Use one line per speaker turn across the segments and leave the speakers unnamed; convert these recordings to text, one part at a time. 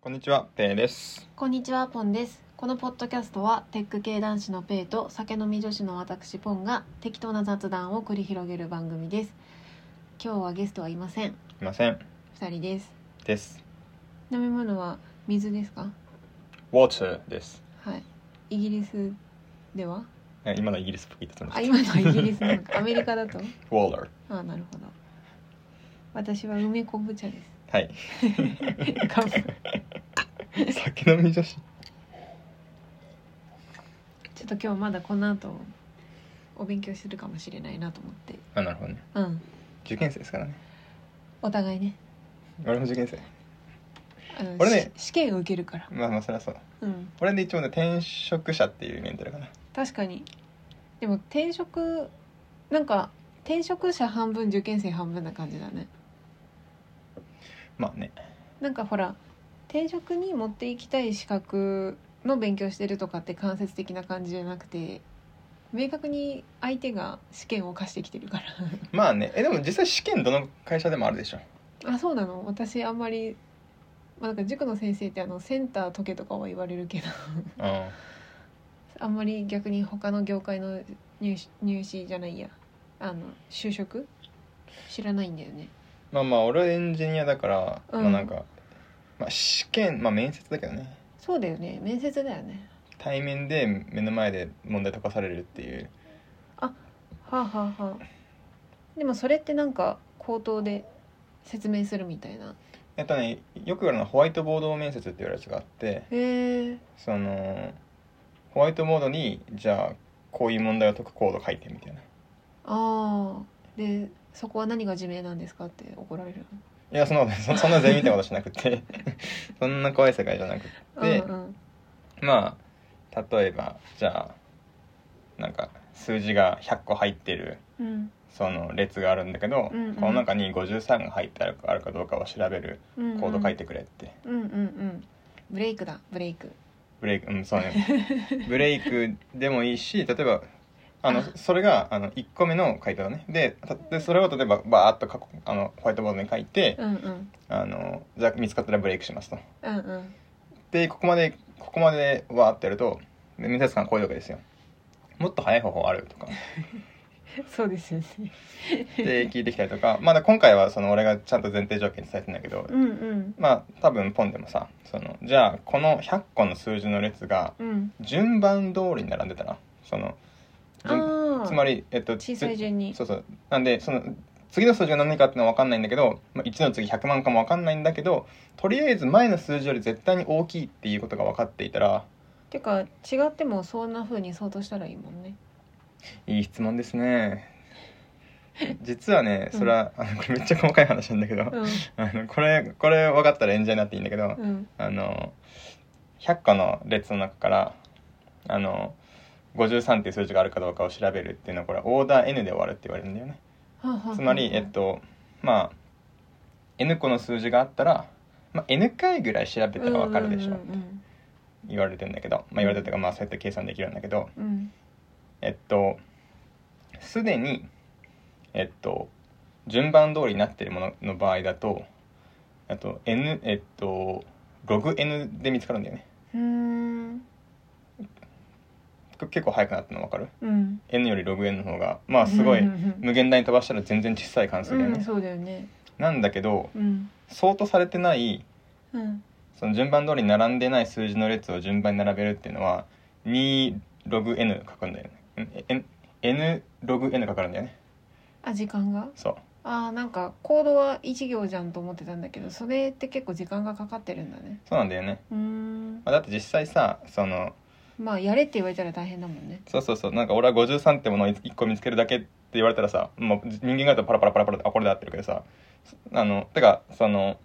こんにちは、ペイです。
こんにちはポンですこのポッドキャストはテック系男子のペイと酒飲み女子の私ポンが適当な雑談を繰り広げる番組です今日はゲストはいません
いません。
二人です
です。
飲み物は水ですか
water です。
はいイギリスでは
え今のイギリスっぽく言ってたん
あ
です
今のはイギ リスなのか アメリカだと
けど。water。
あなるほど私は梅昆布茶です
はい。
乾杯
酒飲み女子。
ちょっと今日まだこの後お勉強するかもしれないなと思って
あ、なるほどね。
うん
受験生ですからね。
お互いね
俺も受験生。
あの
俺ね
し試験を受けるから
まあまあ、そりゃそう。
うん
俺で一応ね、転職者っていうメンタルかな。
確かにでも転職なんか転職者半分受験生半分な感じだね
まあね。
なんかほら転職に持っていきたい資格の勉強してるとかって間接的な感じじゃなくて明確に相手が試験を課してきてるか
まあね。え、でも実際試験どの会社でもあるでしょ。
ら あそうなの私あんまり、まあ、なんか塾の先生ってあのセンター解けとかは言われるけど
うん。
あんまり逆に他の業界の入試入試じゃないやあの就職知らないんだよね
まあまあ、俺はエンジニアだから、
うん
まあなんか、まあ試験、まあ面接だけどね。
そうだよね面接だよね
対面で目の前で問題解かされるっていう。
はあ、はあはあ、でもそれってなんか口頭で説明するみたいな
えっとね、よくあるのはホワイトボード面接っていうやつがあって、
へえ
そのホワイトボードにじゃあこういう問題を解くコード書いてみたいな「い
ああでそこは何が自明なんですかって怒られる
やそんなことないそそんな全員みたいなことしなくて そんな怖い世界じゃなくて
の
で
うんうん、
まあ例えばじゃあなんか数字が100個入ってる
うん
その列があるんだけど、
うんうん
この中に53が入ってあるかあるかどうかを調べる
うんうん、
コード書いてくれって、
うんうんうんブレイクだブレイク
ブレイクうんそうね ブレイクでもいいし例えばあのそれがあの1個目の回答だねでたでそれを例えばバーっと書くあのホワイトボードに書いて、
うんうん
あのじゃあ見つかったらブレイクしますと
うんうん
でここまでここまでわーってやるとで面接官こういうわけですよもっと早い方法あると か
そうですよね
で聞いてきたりとかまだ今回はその俺がちゃんと前提条件伝えてんだけど、
うんうん
まあ多分ポンでもさそのじゃあこの100個の数字の列が
うん
順番通りに並んでたらその順
ああ
つまり、えっと、
小さい
つ
順に
そうそうなんでその次の数字が何かっていうのは分かんないんだけど、まあ、1の次100万かも分かんないんだけどとりあえず前の数字より絶対に大きいっていうことが分かっていたら
てか違ってもそんな風に相当したらいいもんね
いい質問ですね実はねそれは、あのこれめっちゃ細かい話なんだけど、
うん
あのこれこれ分かったら演者になっていいんだけど、
うん
あの100個の列の中からあの53っていう数字があるかどうかを調べるっていうのはこれはオーダー N で終わるって言われるんだよね。
はあはあはあ
つまり、えっと、まあ、N 個の数字があったら、まあ、N 回ぐらい調べたらわかるでしょ、
うんうん
言われてんだけど、まあ、言われてたか、まあ、そうやって計算できるんだけど、
うんうん
えっと、すでに、えっと、順番通りになってるものの場合だと、あと、N、えっと、ログ N で見つかるんだよね。
うーん
これ結構早くなったのわかる
うん、
?N よりログ N の方が、まあ、すごい
うん、うん
無限大に飛ばしたら全然小さい関数
う
だよ
ん
ね。
そうだよね。
なんだけど、
うん、
相当されてない
うん、
その順番通りに並んでない数字の列を順番に並べるっていうのは2ログ n 書くんだよね。ん n ログ n かかるんだよね。
あ、時間が。
そう。
あー、なんかコードは一行じゃんと思ってたんだけど、それって結構時間がかかってるんだね。
そうなんだよね。
うーん、
まあだって実際さ、その、
まあやれって言われたら大変だもんね。
そうそうそう、なんか俺は53ってものを1個見つけるだけって言われたらさ、もう人間がとパラパラパラパラあ、これだってるけどさ、あの、てか、その、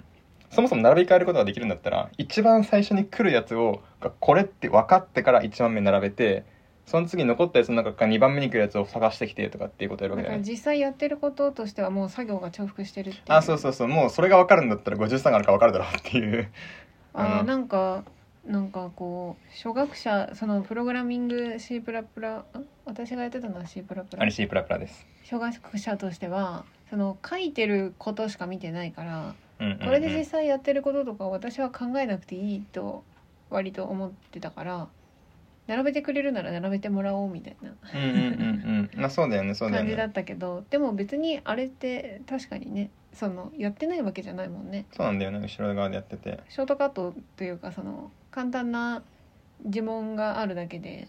そもそも並び替えることができるんだったら、一番最初に来るやつを、がこれって分かってから1番目並べて、その次残ったやつの中から2番目に来るやつを探してきてとかっていうことやるわ
だ
け
か
だよ
ら
ね。
実際やってることとしてはもう作業が重複してるっていう。
あそうそうそうもうそれが分かるんだったら53があるか分かるだろうって いう
あ
あの
ーなんかなんかこう初学者そのプログラミング C プラプラん私がやってたのは C プラプ
あ
ラ
れ C プラプラです
初学者としてはその書いてることしか見てないから
うんうんうん
これで実際やってることとか私は考えなくていいと割と思ってたから並べてくれるなら並べてもらおうみたいな
うんうんうんうんまあそうだよねそうだよ
感じだ
ね
ったけど、でも別にあれって確かにねそのやってないわけじゃないもんね
そうなんだよね後ろ側でやってて
ショートカットというかその簡単な呪文があるだけで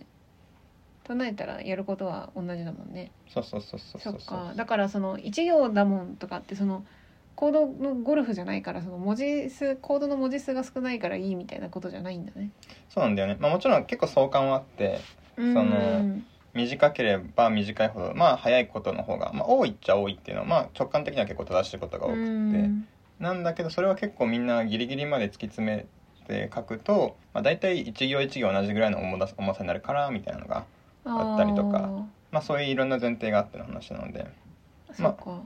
唱えたらやることは同じだもんね
そうそうそうそう
そっ
そう
かだからその一行だもんとかってそのコードのゴルフじゃないからその文字数コードの文字数が少ないからいいみたいなことじゃないんだね。
そうなんだよねまあもちろん結構相関はあって
そ
の短ければ短いほどまあ早いことの方が、まあ、多いっちゃ多いっていうのは、まあ、直感的には結構正しいことが多くってなんだけどそれは結構みんなギリギリまで突き詰めて書くと、まあ、大体一行一行同じぐらいの重だ重さになるからみたいなのが、あったりとかまあ、そういういろんな前提があっての話なので
そっか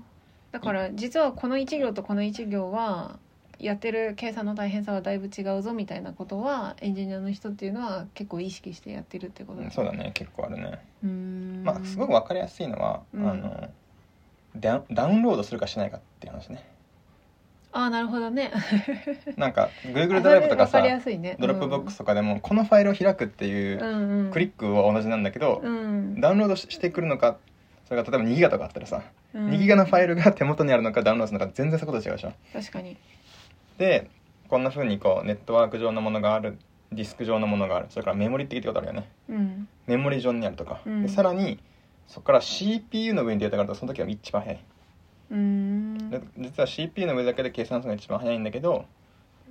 だから実はこの一行とこの一行はやってる計算の大変さはだいぶ違うぞみたいなことはエンジニアの人っていうのは結構意識してやってるってこと
うん
だ
そうだね結構あるね。
うーん
まあ、すごく分かりやすいのは、
うん
あのダウンダウンロードするかしないかっていう話 ね。
ああなるほどね。
なんか Google ドライブとか
あ
さ
それわりやすいね
ドロップボックスとかでもこのファイルを開くってい
うん
う
うんうん
クリックは同じなんだけど、
うん
ダウンロードししてくるのかそれが例えば2ギガとかあったらさ、
うん
2ギガのファイルが手元にあるのかダウンロードするのか全然そういうこと違うでしょ
確かに
でこんな風にこうネットワーク上のものがあるディスク上のものがあるそれからメモリって聞いたことあるよね
うん
メモリ上にあるとか、
うん
でさらにそこから CPU の上にデータがあるとその時は一番早いう
ーん
で実は CPU の上だけで計算するのが一番早いんだけど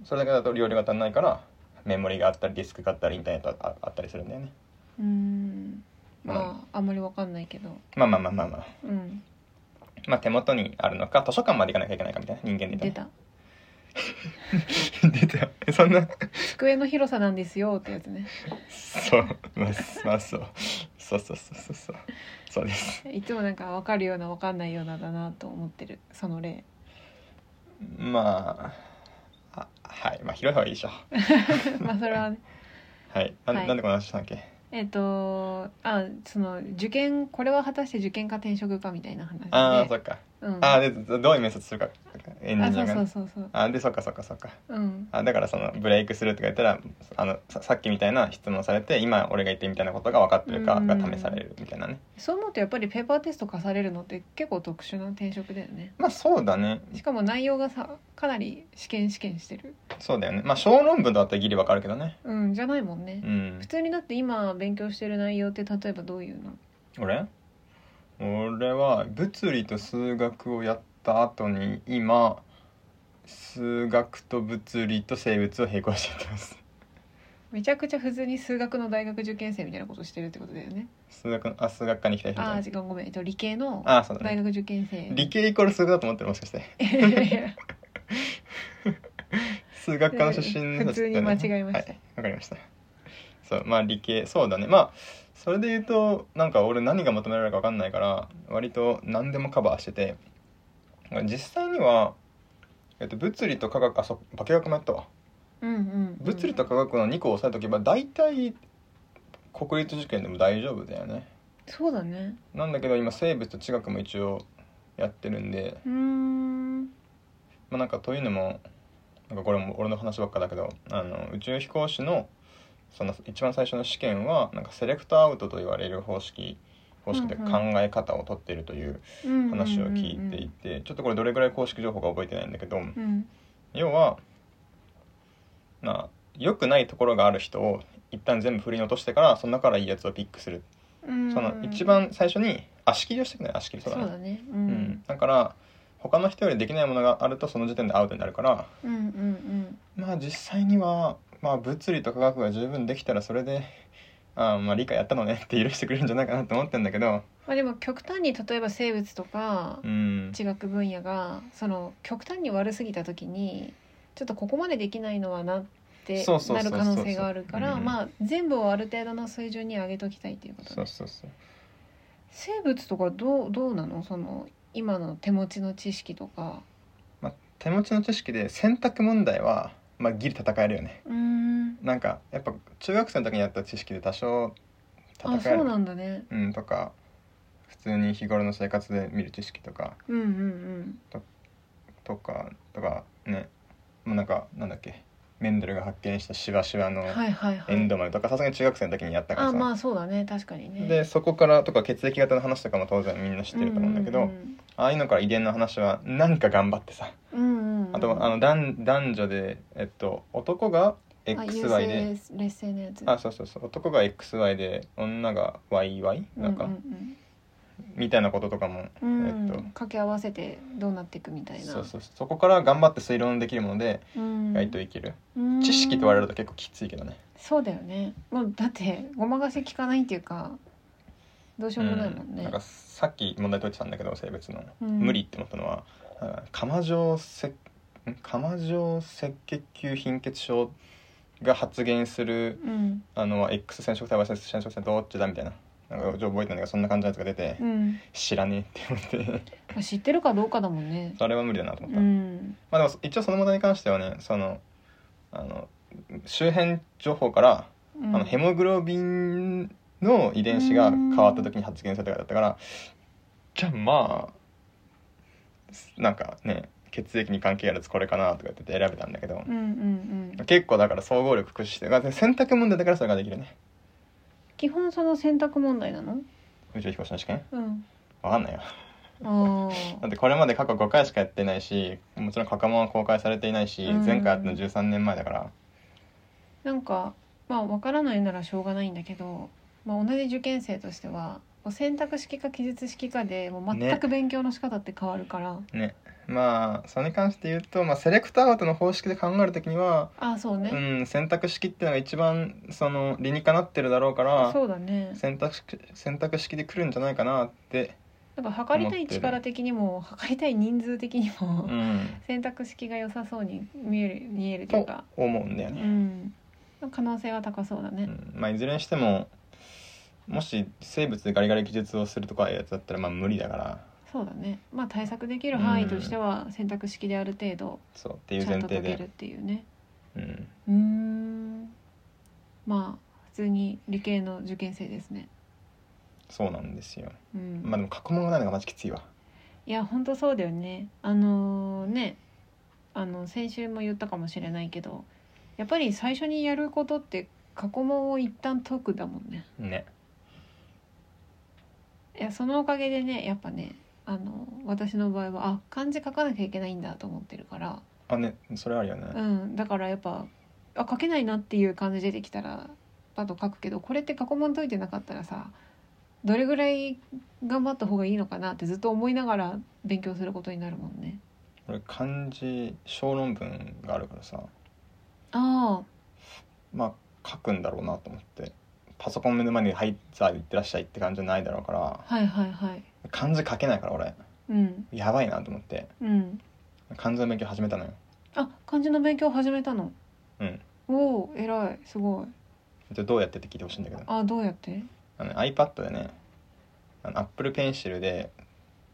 それだけだと容量が足んないからメモリがあったりディスクがあったりインターネットがああったりするんだよね
うーん
ま
まああんまりわかんないけど
まあまあまあまあまあ
うん
まあ手元にあるのか図書館まで行かなきゃいけないかみたいな人間で
出た
出たえそんな
机の広さなんですよってやつね
そうまあまあそうそうそうそうそうそうそうです
いつもなんかわかるようなわかんないようなだなと思ってるその例
まああはいまあ広い方がいいでしょ
まあそれはね
はいな,、
はい
なんでこの話したんだっけ
えっとあその受験これは果たして受験か転職かみたいな話で
ああ、そっか、
うん、
ああでどどういう面接するかエンジ
あ
ニ
そ
ア
う
が
そ
ね
うそうそう
あでそっかそっかそっか
うん
あだからそのブレイクするとか言ったらあのささっきみたいな質問されて今俺が言ってみたいなことが分かってるかが試されるみたいなね
そう思うとやっぱりペーパーテスト課されるのって結構特殊な転職だよね
まあそうだね
しかも内容がさかなり試験試験してる
そうだよねまあ小論文だったらギリ分かるけどね
うんじゃないもんね
う、ん
普通にだって今勉強してる内容って例えばどういうの
俺俺は物理と数学をやった後に今数学と物理と生物を並行してやってます
めちゃくちゃ普通に数学の大学受験生みたいなことしてるってことだよね
数学のあ数学科に行きたい人
ああ
み
ー違うごめん、えっと、理系
た
の
いなあそうだ
大
ね
学受験生
理系イコール数学だと思ってるもしかして数学科の出身の人
普通に間違えました
はい、わかりましたそうまあ理系そうだねまあそれで言うとなんか俺何が求められるかわかんないから割と何でもカバーしてて実際には、えっと、物理と科学あそう化学もやったわ
うんうんうん
物理と科学の2個を押さえとけば大体国立受験でも大丈夫だよね
そうだね
なんだけど今生物と地学も一応やってるんで
うーん
まあ、なんかというのもなんかこれも俺の話ばっかだけどあの宇宙飛行士のその一番最初の試験はなんかセレクトアウトと言われる方式方式で
う
考
んうん
え方を取っているという話
話
を聞いていて、ちょっとこれどれぐらい公式情報か覚えてないんだけど、
うん
要はな良くないところがある人を一旦全部振り落としてからその中からいいやつをピックする、
うん
その一番最初に足切りをしてくれない足切り
そうだねう
うんん、だから他の人よりできないものがあるとその時点でアウトになるから
うんうんうん
まあ実際には、まあ、物理と科学が十分できたらそれであーまあ理科やったのねって許してくれるんじゃないかなと思ってんだけど
まあでも極端に例えば生物とか
うん
地学分野がその極端に悪すぎた時にちょっとここまでできないのはなって
そうそうそう
な
そ
る
う
可能性があるか
う
ら
ん
まあ全部をある程度の水準に上げときたいっていうこと
そ
ね
うそうそう
生物とかどうどうなのその今の手持ちの知識とか
手持ちの知識で選択問題は、まあ、ギリ戦えるよね
うーん
なんかやっぱ中学生の時にやった知識で多少
あ
戦え
そう
る
なんだね
うんとか普通に日頃の生活で見る知識とか
うんうん
とかとかねもうなんかなんだっけメンデルが発見したしわしわの
はいはいは
エン
い
ドマメとかさすがに中学生の時にやったから
あ
さ、
まあそうだね確かにね
でそこからとか血液型の話とかも当然みんな知ってると思うんだけど、
うん
ああいうのから遺伝の話はなんか頑張ってさ
うんうんうんうん
あとあの男男女で、えっと、男が XY で。
あ優劣勢のやつ
あそうそうそう男が XY で女が YY なんか、
うんうん
みたいなこととかも、
うんうん
えっと
掛け合わせてどうなっていくみたいな
そうそうそうそこから頑張って推論できるもので
うん
意外といける、
うん
知識と言われると結構きついけどね
そうだよねもうだってごまかせ聞かないっていうかどうしようもないもん
う
ね、
んなんかさっき問題解いてたんだけど性別の、
うん
無理って思ったのはあ釜状せん釜状赤血球貧血症が発現する
うん
あの X 染色体 Y 染色体どっちだみたいななんかちょっと覚えてないんだけどそんな感じのやつが出て、
うん
知らねえって 思って
まあ知ってるかどうかだもんね
あれは無理だなと思っ
う
た、
ん
まあでも一応その問題に関してはねそのあの周辺情報から
うん
あのヘモグロビンの遺伝子が変わった時に発現されたからだったからじゃあまあなんかね血液に関係あるやつこれかなとか言ってて選べたんだけど
うんうんうん
結構だから総合力駆使してまあ選択問題だからそれができるね
基本その選択問題なの
宇宙飛行士の試験
うん
わかんないよ
あ
だ
あ
ってこれまで過去5回しかやってないしもちろん過去問は公開されていないし
うん
前回あったの13年前だから
なんかまあわからないならしょうがないんだけど、まあ、同じ受験生としてはもう選択式か記述式かでもう全く勉強の仕方って変わるから、
ねまあそれに関して言うと、まあ、セレクトアウトの方式で考える時には
ああそうね、
うん、選択式っていうのが一番その理にかなってるだろうから
そうだね
選択式選択式で来るんじゃないかなって、
やっぱ測りたい力的にも測りたい人数的にも、
うん、
選択式が良さそうに見える見えるというか、
思うんだよ
う
ね、
ん、可能性は高そうだ
う
ね。
んまあ、いずれにしてももし生物でガリガリ技術をするとかいうやつだったらまあ無理だから
そうだね。まあ対策できる範囲としては選択式である程度
そうってい
ち
う
ゃ
前
んと
提
解ける
で
っ、ていうね。
うん、
うーん。まあ普通に理系の受験生ですね。
そうなんですよ
うん。
まあでも過去問がないのがマジきついわ
いや本当そうだよね。あのね、あの先週も言ったかもしれないけど、やっぱり最初にやることって過去問を一旦解くだもんね。
ね
いやそのおかげでねやっぱねあの私の場合はあ漢字書かなきゃいけないんだと思ってるから、
あねそれあるよね、
うん、だからやっぱあ書けないなっていう漢字出てきたらパッと書くけどこれって過去問解いてなかったらさどれぐらい頑張った方がいいのかなってずっと思いながら勉強することになるもんね。
俺漢字小論文があるからさ
あ
まあ書くんだろうなと思ってパソコン目の前に「はいさあ行ってらっしゃい」って感じじゃないだろうから
あはいはいはい。
漢字書けないから俺
うん
やばいなと思って
うん。
漢字の勉強始めたのよ
あ漢字の勉強始めたの。
うん
おお偉いすごい。
じゃあどうやってって聞いてほしいんだけど
あどうやって？
あの iPad でねあの Apple Pencil で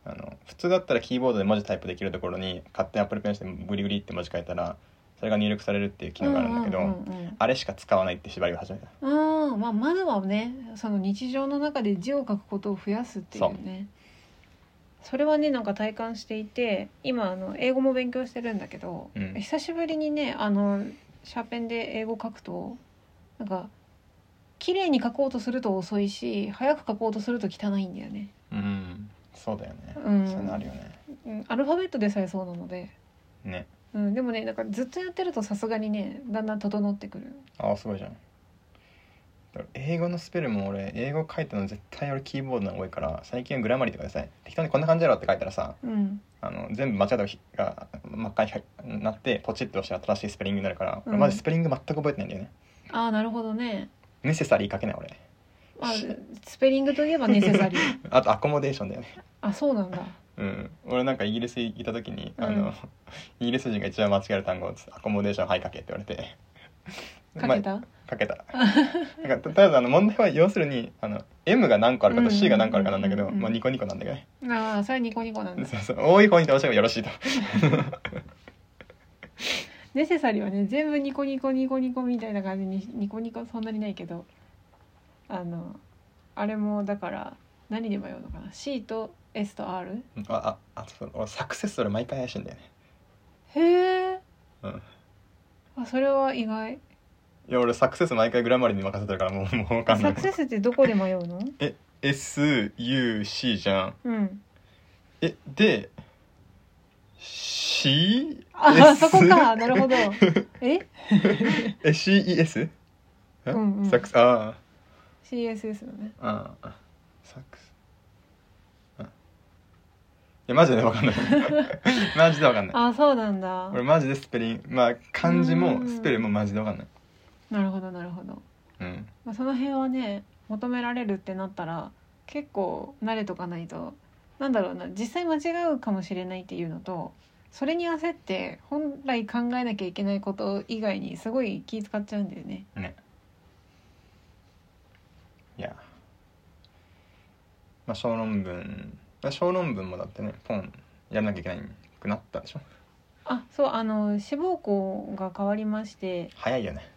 あの普通だったらキーボードで文字タイプできるところに勝手に Apple Pencil でグリグリって文字書いたらそれが入力されるっていう機能があるんだけど、
うんうんうんうん
あれしか使わないって縛りを始めた
うんまあ、まずはねその日常の中で字を書くことを増やすっていうねそれはねなんか体感していて今あの英語も勉強してるんだけど、
うん
久しぶりにねあのシャーペンで英語書くとなんか綺麗に書こうとすると遅いし早く書こうとすると汚いんだよね、
うんそうだよね、
うん
そういうのあるよね
うん、アルファベットでさえそうなので、
ね
うん、でもねなんかずっとやってるとさすがにねだんだん整ってくる
ああすごいじゃん英語のスペルも俺英語書いたの絶対俺キーボードの方が多いから最近はグラマリーとかでさ適当にこんな感じだろって書いたらさ
うん
あの全部間違えた日が真っ赤になってポチッと押したら正しいスペリングになるから、
うん
俺マジスペリング全く覚えてないんだよね
ああなるほどね
ネセサリー書けない俺
まあ、スペリングといえばネセ サリー。
あとアコモデーションだよね
あ、そうなんだ。
うん俺なんかイギリス行った時に、あ
うん
のイギリス人が一番間違える単語をアコモデーションはい書けって言われて
かけ
ま
た。
あ書けたなんかとりあえずあの問題は要するにあの M が何個あるかと C が何個あるかなんだけ
うん
ど、
うんうんうん
まあ、ニコニコなんだけどね
ああ、それはニコニコなんだ。
そうそう多い方に倒せばよろしいと
ネセサリーはね、全部ニコニコニコニコみたいな感じに、ニコニコそんなにないけど。あの、あれもだから、何で迷うのかな、C と S と R。
あああそう俺サクセス俺毎回怪しいんだよね
へえ、
うん
あそれは意外
いや俺サクセス毎回グラマリに任せてるからもうもう分かんな
サ
い
クセスってどこで迷うの
SUC じゃん
うん
えで C
あそこかなる ほどえ
え CES? え
うんうん
サクセあ
CSS のね
ーあーサクセあいやマジで分かんない マジで分かんない
あそうなんだ
俺マジでスペリングまあ漢字
う
も
ん
スペルもマジで分かんない
なるほどなるほど、
うん
まあ、その辺はね求められるってなったら結構慣れとかないとなんだろうな実際間違うかもしれないっていうのとそれに焦って本来考えなきゃいけないこと以外にすごい気使っちゃうんだよね
ねいやまあ小論文まあ小論文もだってねポンやらなきゃいけないくなったでしょ
あそうあの志望校が変わりまして
早いよね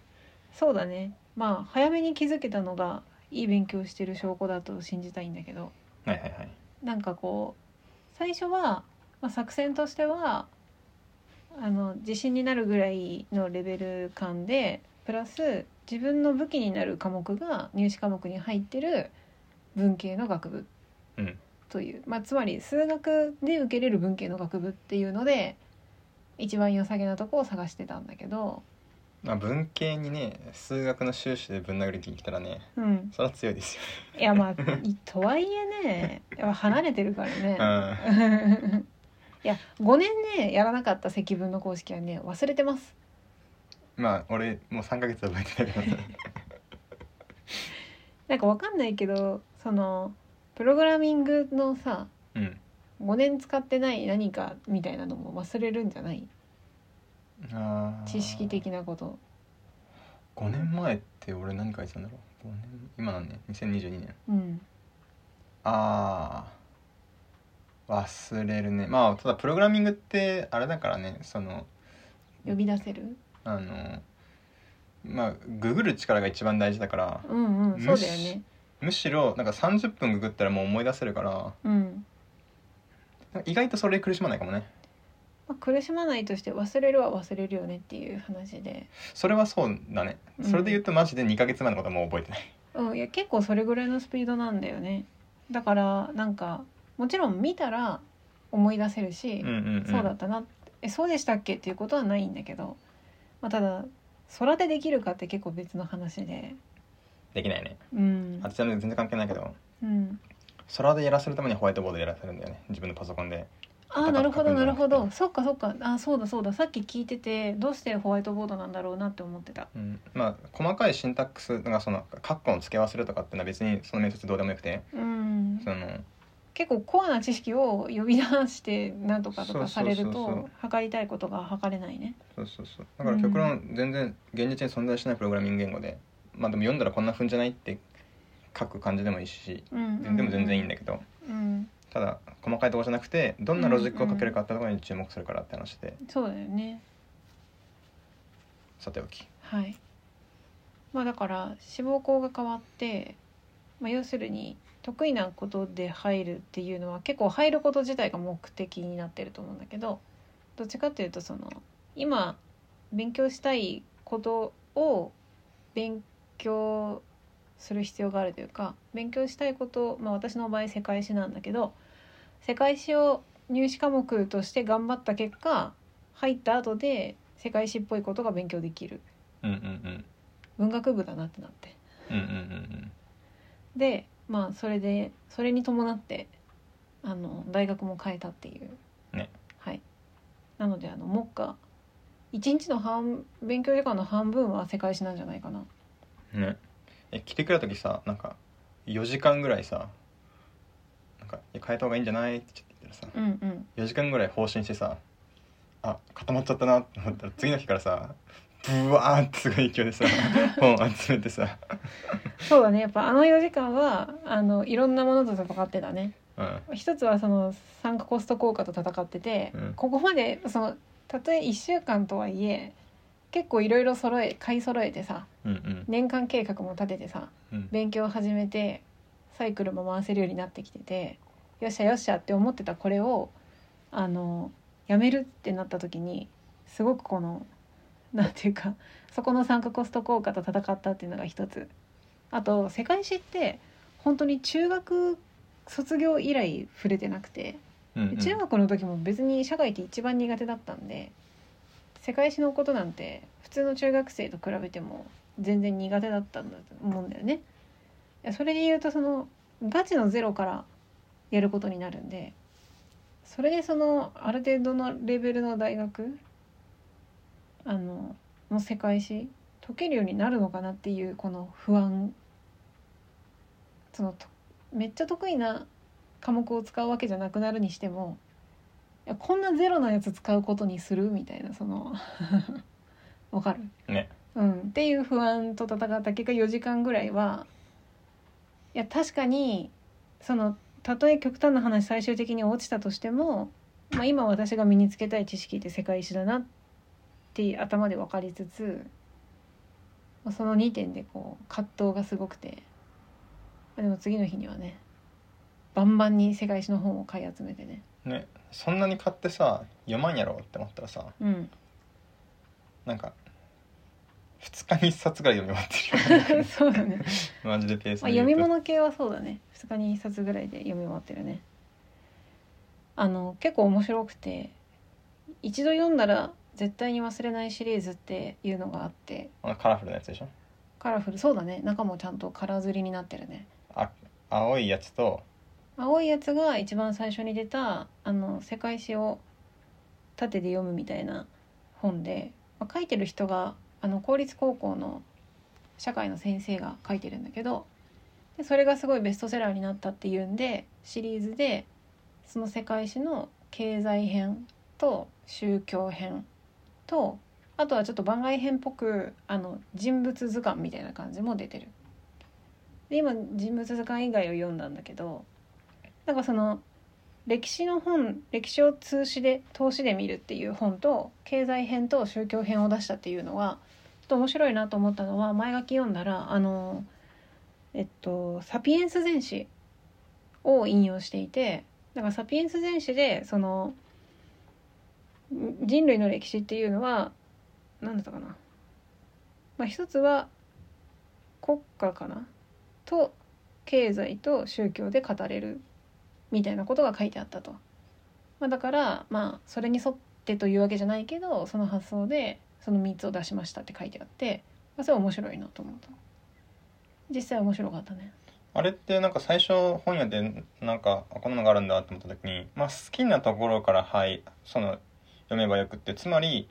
そうだねまあ早めに気づけたのがいい勉強してる証拠だと信じたいんだけど
はいはいはい
なんかこう最初は、まあ、作戦としてはあの自信になるぐらいのレベル感でプラス自分の武器になる科目が入試科目に入ってる文系の学部
うん
という、まあ、つまり数学で受けれる文系の学部っていうので一番良さげなとこを探してたんだけど、
まあ文系にね数学の修士でぶん殴りに来たらね
うん、
それは強いですよ
いやまあいとはいえねやっぱ離れてるからね。
うん
いや5年ねやらなかった積分の公式はね忘れてます
まあ俺もう3ヶ月覚えてないけど
なんかわかんないけどそのプログラミングのさ
うん
5年使ってない何かみたいなのも忘れるんじゃない
あー
知識的なこと
5年前って俺何書いてたんだろう5年今なんね2022年
うん
ああ忘れるねまあただプログラミングってあれだからねその
呼び出せる
あのまあググる力が一番大事だから
うんうんそうだよね
むしろなんか30分ググったらもう思い出せるから
うん、
なんか意外とそれで苦しまないかもね
まあ、苦しまないとして忘れるは忘れるよねっていう話で、
それはそうだね
うん
それで言うとマジで2ヶ月前のことはもう覚えてない
うん、いや結構それぐらいのスピードなんだよねだからなんかもちろん見たら思い出せるし、
うんうん、うん、
そうだったなえそうでしたっけっていうことはないんだけど、まあ、ただ空でできるかって結構別の話で
できないね
うん
あ、とちなみに全然関係ないけど
うん、
空でやらせるためにホワイトボードでやらせるんだよね自分のパソコンで
あーなるほどなるほどそっかそっかあーそうだそうださっき聞いててどうしてホワイトボードなんだろうなって思ってた
うん、まあ細かいシンタックスなんかそのカッコの付け忘れとかっていうのは別にその面接どうでもよくて
うん
その
結構コアな知識を呼び出してなんとかとかされる
そうそうそう
と測りたいことが測れないね
そうそうそうだから極論全然現実に存在しないプログラミング言語でまあでも読んだらこんなふんじゃないって書く感じでもいいし
うん
ででも全然いいん
だ
だけど
うん
ただ細かいとこじゃなくてどんなロジックをかけるかってところに注目するからって話で
そうだよね
さておき
はい。まあだから志望校が変わって、まあ、要するに得意なことで入るっていうのは結構入ること自体が目的になってると思うんだけどどっちかっていうとその今勉強したいことを勉強する必要があるというか勉強したいこと、まあ、私の場合世界史なんだけど世界史を入試科目として頑張った結果入った後で世界史っぽいことが勉強できる
うんうんうん
文学部だなってなって
うんうんうん
でまあそれでそれに伴ってあの大学も変えたっていう
ね
はいなのであの目下一日の半勉強時間の半分は世界史なんじゃないかな
うんねえ来てくれた時さなんか4時間ぐらいさなんかいや変えた方がいいんじゃないって言ってたらさ
うんうん
4時間ぐらい放心してさあ固まっちゃったなと思ったら次の日からさブワーってすごい勢い でさ本集めてさ、
そうだねやっぱあの4時間はあのいろんなものと戦ってたね
うん、
一つはその酸化コスト効果と戦ってて、
うん
ここまでそのたとえ1週間とはいえ結構いろいろ揃え買い揃えてさ
うんうん
年間計画も立ててさ
うん
勉強を始めてサイクルも回せるようになってきててよっしゃよっしゃって思ってたこれをあのやめるってなった時にすごくこのなんていうかそこの酸化コスト効果と戦ったっていうのが一つあと世界史って本当に中学卒業以来触れてなくて、
うんうん
中学の時も別に社会って一番苦手だったんで世界史のことなんて普通の中学生と比べても全然苦手だったんだと思うんだよね。いやそれで言うとそのガチのゼロからやることになるんでそれでそのある程度のレベルの大学あのの世界史解けるようになるのかなっていうこの不安そのとめっちゃ得意な科目を使うわけじゃなくなるにしてもいやこんなゼロのやつ使うことにするみたいなその わかる
ね
うん、っていう不安と戦った結果4時間ぐらいはいや確かにそのたとえ極端な話最終的に落ちたとしても、まあ、今私が身につけたい知識って世界史だなって頭で分かりつつまあその2点でこう葛藤がすごくてまあでも次の日にはねバンバンに世界史の本を買い集めてね
ねそんなに買ってさ読まんやろって思ったらさ
うん
なんか2日に1冊ぐらい読み終わってる
そうだね
マジでペース
まあ、
で言
読
う
み
と
物系はそうだね2日に1冊ぐらいで読み終わってるねあの結構面白くて一度読んだら絶対に忘れないシリーズっていうのがあって
あのカラフルなやつでしょ
カラフルそうだね中もちゃんとカラー刷りになってるね
あ青いやつと
青いやつが一番最初に出たあの世界史を縦で読むみたいな本で、まあ、書いてる人があの公立高校の社会の先生が書いてるんだけどでそれがすごいベストセラーになったっていうんでシリーズでその世界史の経済編と宗教編とあとはちょっと番外編っぽくあの人物図鑑みたいな感じも出てる。で今人物図鑑以外を読んだんだけどなんかその歴史の本歴史を通しで投資で見るっていう本と経済編と宗教編を出したっていうのはちょっと面白いなと思ったのは前書き読んだらあのえっと「サピエンス全史」を引用していてだから「サピエンス全史」でそのん人類の歴史っていうのは何だったかな、まあ、一つは国家かなと経済と宗教で語れるみたいなことが書いてあったと。まあ、だからまあそれに沿ってというわけじゃないけどその発想でその3つを出しましたって書いてあって、まあ、それは面白いなと思った実際面白かったね
あれってなんか最初本屋でなんかあこんなのがあるんだって思った時に、まあ、好きなところから、はい、その読めばよくってつまり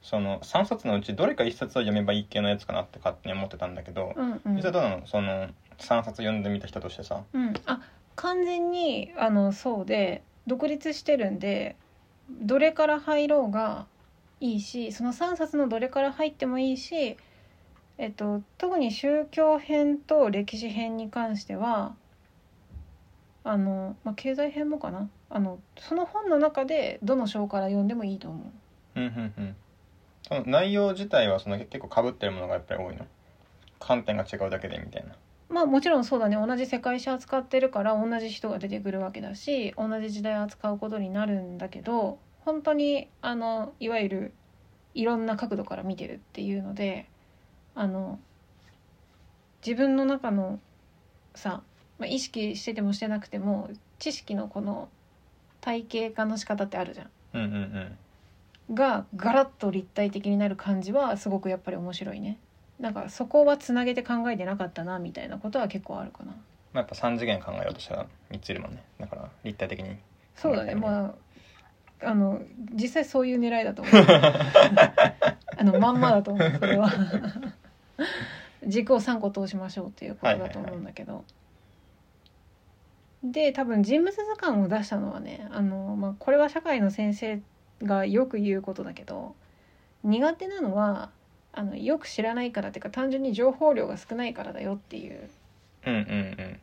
その3冊のうちどれか1冊を読めばいい系のやつかなって勝手に思ってたんだけど、
うんう
実際
ん、
どうなのその3冊読んでみた人としてさ
うん、あ完全にあのそうで独立してるんでどれから入ろうがいいしその3冊のどれから入ってもいいし、えっと、特に宗教編と歴史編に関してはあの、まあ、経済編もかなあのその本の中でどの章から読んでもいいと思う。
うんうんうんその内容自体はその結構かぶってるものがやっぱり多いの観点が違うだけでみたいな
まあもちろんそうだね同じ世界史扱ってるから同じ人が出てくるわけだし同じ時代扱うことになるんだけど本当にあのいわゆるいろんな角度から見てるっていうのであの自分の中のさ、まあ、意識しててもしてなくても知識のこの体系化の仕方ってあるじゃ
うんうんうん
ん。がガラッと立体的になる感じはすごくやっぱり面白いね。なんかそこはつなげて考えてなかったなみたいなことは結構あるかな。
まあ、やっぱ3次元考えようとしたら3ついるもんねだから立体的に
そうだね、
うん
まああの実際そういう狙いだと思うあのまんまだと思うそれは軸を3個通しましょうっていうことだと思うんだけど、で多分人物図鑑を出したのはねあの、まあ、これは社会の先生がよく言うことだけど苦手なのはあのよく知らないからっていうか単純に情報量が少ないからだよっていう
うんうんうん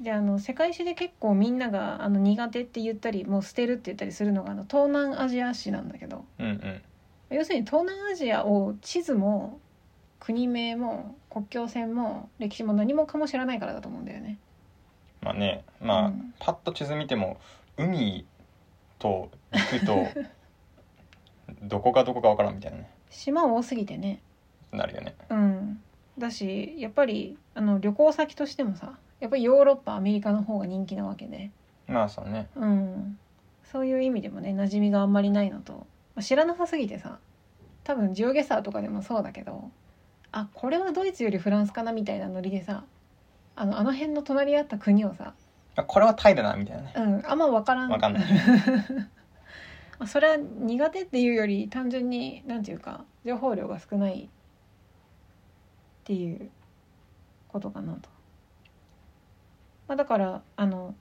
であの世界史で結構みんながあの苦手って言ったりもう捨てるって言ったりするのがあの東南アジア史なんだけど
うんうん
要するに東南アジアを地図も国名も国境線も歴史も何もかも知らないからだと思うんだよね。
まあねまあ、
うん
パッと地図見ても 海と陸とどこがどこかわからんみたいなね
島多すぎてね
なるよね
うんだしやっぱりあの旅行先としてもさやっぱりヨーロッパアメリカの方が人気なわけで、
まあそうね
うん、そういう意味でもね馴染みがあんまりないのと、まあ知らなさすぎてさ多分ジオゲサーとかでもそうだけどあこれはドイツよりフランスかなみたいなノリでさあのあの辺の隣り合った国をさ、
あこれはタイだなみたいなね
うん、あんま分からん
わかんない
まあそれは苦手っていうより単純に何ていうか情報量が少ないっていうことかなと。まあ、だからあの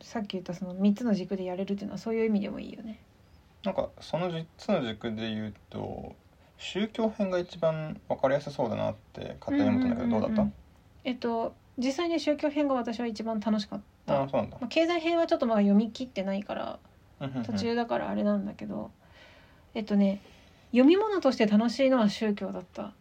さっき言ったその3つの軸でやれるっていうのはそういう意味でもいいよね。
なんかその3つの軸で言うと宗教編が一番分かりやすそうだなって勝手に思ったんだけどどうだった
んんんんえっと実際に宗教編が私は一番楽しかった。
ああそうなんだ
まあ、経済編はちょっとまだ読み切ってないから
うんうんうん
途中だからあれなんだけど、えっとね読み物として楽しいのは宗教だった。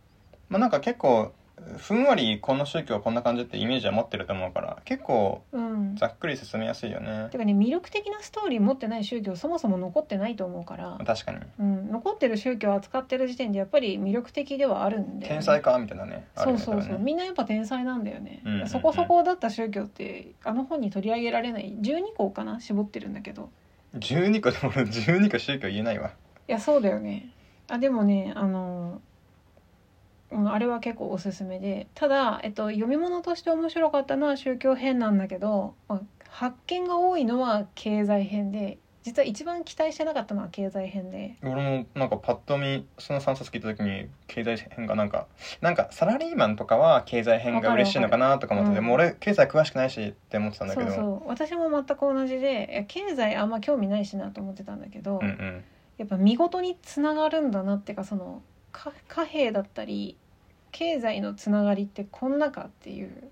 まあなんか結構ふんわりこの宗教はこんな感じってイメージは持ってると思うから結構
うん、
ざっくり進めやすいよね
てかね魅力的なストーリー持ってない宗教そもそも残ってないと思うから、
確かに
うん、残ってる宗教を扱ってる時点でやっぱり魅力的ではあるんで、
天才かみたいなねある
そ
よね
うそうそう、
多分ね
みんなやっぱ天才なんだよね、
うんうんうん
そこそこだった宗教ってあの本に取り上げられない12個かな絞ってるんだけど
12個でも俺12個宗教言えないわ
いやそうだよねあでもねあのうん、あれは結構おすすめでただ、えっと、読み物として面白かったのは宗教編なんだけど、まあ発見が多いのは経済編で実は一番期待してなかったのは経済編で
俺もなんかパッと見その3冊聞いた時に経済編がなんかなんかサラリーマンとかは経済編が嬉しいのかなとか思ってて、
わかる
もう俺経済詳しくないしって思ってたんだけど
そうそう私も全く同じでいや経済あんま興味ないしなと思ってたんだけど、
うんうん
やっぱ見事につながるんだなっていうかそのか貨幣だったり経済のつながりってこんなかっていう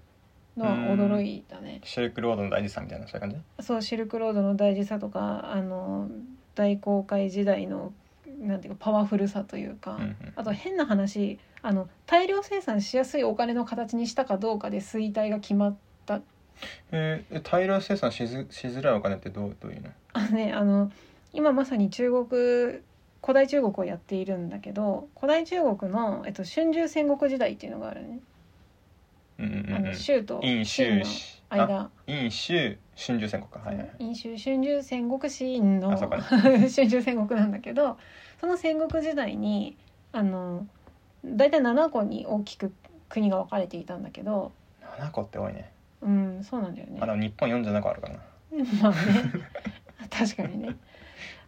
のは驚いたね。
シルクロードの大事さみたいなそういう感じ
そうシルクロードの大事さとかあの大航海時代のなんていうかパワフルさというか、
うんうん
あと変な話あの大量生産しやすいお金の形にしたかどうかで衰退が決まっ
えー、え大量生産しずしづらいお金ってどうどういうの
あのねあの今まさに中国古代中国をやっているんだけど古代中国の、えっと、春秋戦国時代っていうのがあるね、
うんうん
あ
うんう
の
ん
州と
陰
秦
州
の
しあ
間
陰州春秋戦国かはいはい
飲酒春秋戦国シーンの
あそうかね
春秋戦国なんだけどその戦国時代にあの大体7個に大きく国が分かれていたんだけど
7個って多いね
うんそうなんだ よね
あ。でも日本47個あるからな
まあね 確かにね。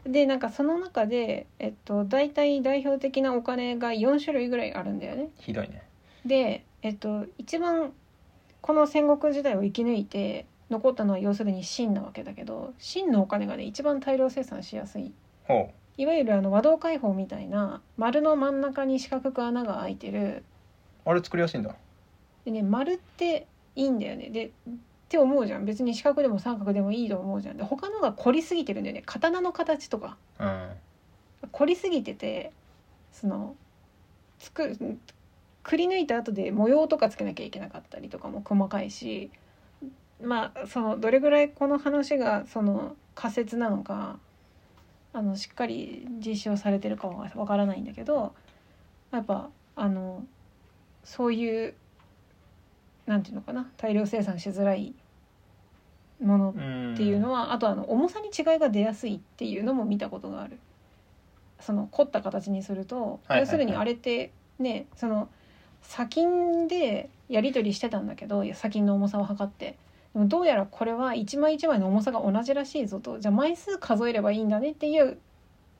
でなんかその中で、えっと、大体代表的なお金が4種類ぐらいあるんだよね。
ひどいね
で、えっと、一番この戦国時代を生き抜いて残ったのは要するに秦なわけだけど秦のお金がね一番大量生産しやすい
ほ
いわゆるあの和道開放みたいな丸の真ん中に四角く穴が開いてる
うあれ作りやすいんだ
でね丸っていいんだよねでって思うじゃん別に四角でも三角でもいいと思うじゃんで他のが凝りすぎてるんだよね刀の形とか
うん
凝りすぎててそのつくくり抜いた後で模様とかつけなきゃいけなかったりとかも細かいしまあそのどれぐらいこの話がその仮説なのかあのしっかり実証されてるかはわからないんだけどやっぱあのそういうなんていうのかな大量生産しづらいもの
うん
っていうのは、あとあの重さに違いが出やすいっていうのも見たことがあるその凝った形にすると、
はいはいはい
要するにあれってねその砂金でやり取りしてたんだけどいや砂金の重さを測ってでもどうやらこれは一枚一枚の重さが同じらしいぞとじゃあ枚数数えればいいんだねっていう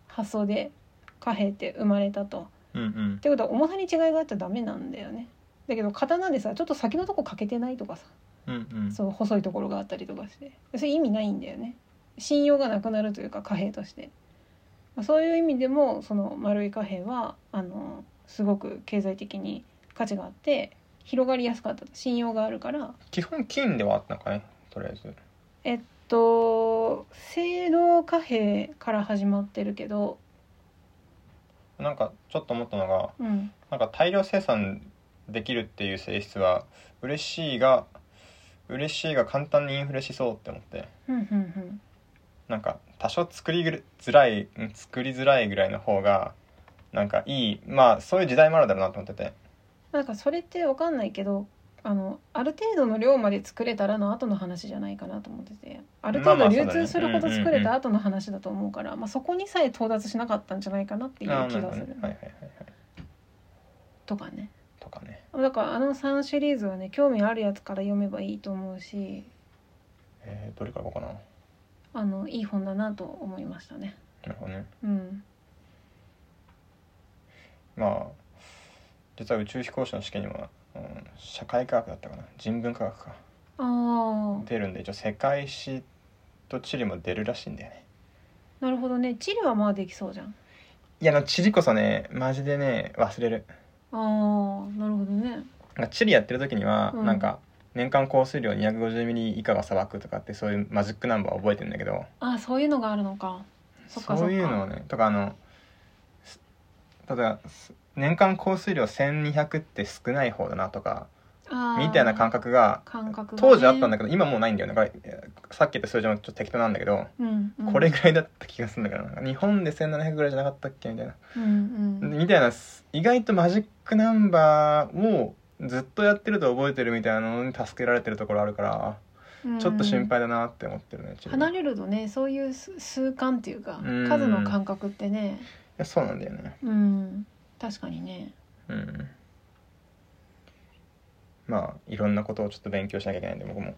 発想で貨幣って生まれたと。
うんうん
ってことは重さに違いがあっちゃダメなんだよね。だけど刀でさちょっと先のとこ欠けてないとかさ
うんうん
そう細いところがあったりとかしてそれ意味ないんだよね信用がなくなるというか貨幣としてまあそういう意味でもその丸い貨幣はあのすごく経済的に価値があって広がりやすかった信用があるから
基本金ではあったのかねとりあえず
えっと青銅貨幣から始まってるけど
なんかちょっと思ったのが
うん
なんか大量生産できるっていう性質は嬉しいが嬉しいが簡単にインフレしそうって思って
ふんふんふん
なんか多少作りぐるづらいうん作りづらいぐらいの方がなんかいいまあそういう時代もあるだろうなと思ってて
なんかそれってわかんないけどあのある程度の量まで作れたらの後の話じゃないかなと思っててある程
まあ
度
まあそうだ
流
ね
通するほど
う
作
んうんう
れ
ん
た後の話だと思うから、まあ、そこにさえ到達しなかったんじゃないかなっていう
あー
気
なる
が
ほ
す
ど
る
ねはいはいはいはい
とかね
とかね
だからあの3シリーズはね興味あるやつから読めばいいと思うし
えー、どれから行こうかな
あのいい本だなと思いましたね
なるほどね
うん
まあ実は宇宙飛行士の試験には、うん、社会科学だったかな人文科学か
ああ
出るんで一応世界史と地理も出るらしいんだよね
なるほどね地理はまあできそうじゃん
いやあの地理こそねマジでね忘れる
ああなるほどね
なんか地理やってる時には、
うん
なんか年間降水量250ミリ以下が砂漠とかってそういうマジックナンバーを覚えてるんだけど
ああそういうのがあるのかそっかそっか
そういうのをねとかあのす例えばす年間降水量1200って少ない方だなとか
あー
みたいな感覚が
感覚がね
当時あったんだけど今もうないんだよねだからえーさっき言った数字もちょっと適当なんだけど、
うんうん、
これぐらいだった気がするんだけどなんか日本で1700ぐらいじゃなかったっけみたいな、
うんうん
みたいなす意外とマジックナンバーをずっとやってると覚えてるみたいなのに助けられてるところあるから、
うん
ちょっと心配だなって思ってるね自分
離れるとねそういう数数感っていうか
うん
数の感覚ってね
いやそうなんだよね
うん確かにね
うんまあいろんなことをちょっと勉強しなきゃいけないんで僕も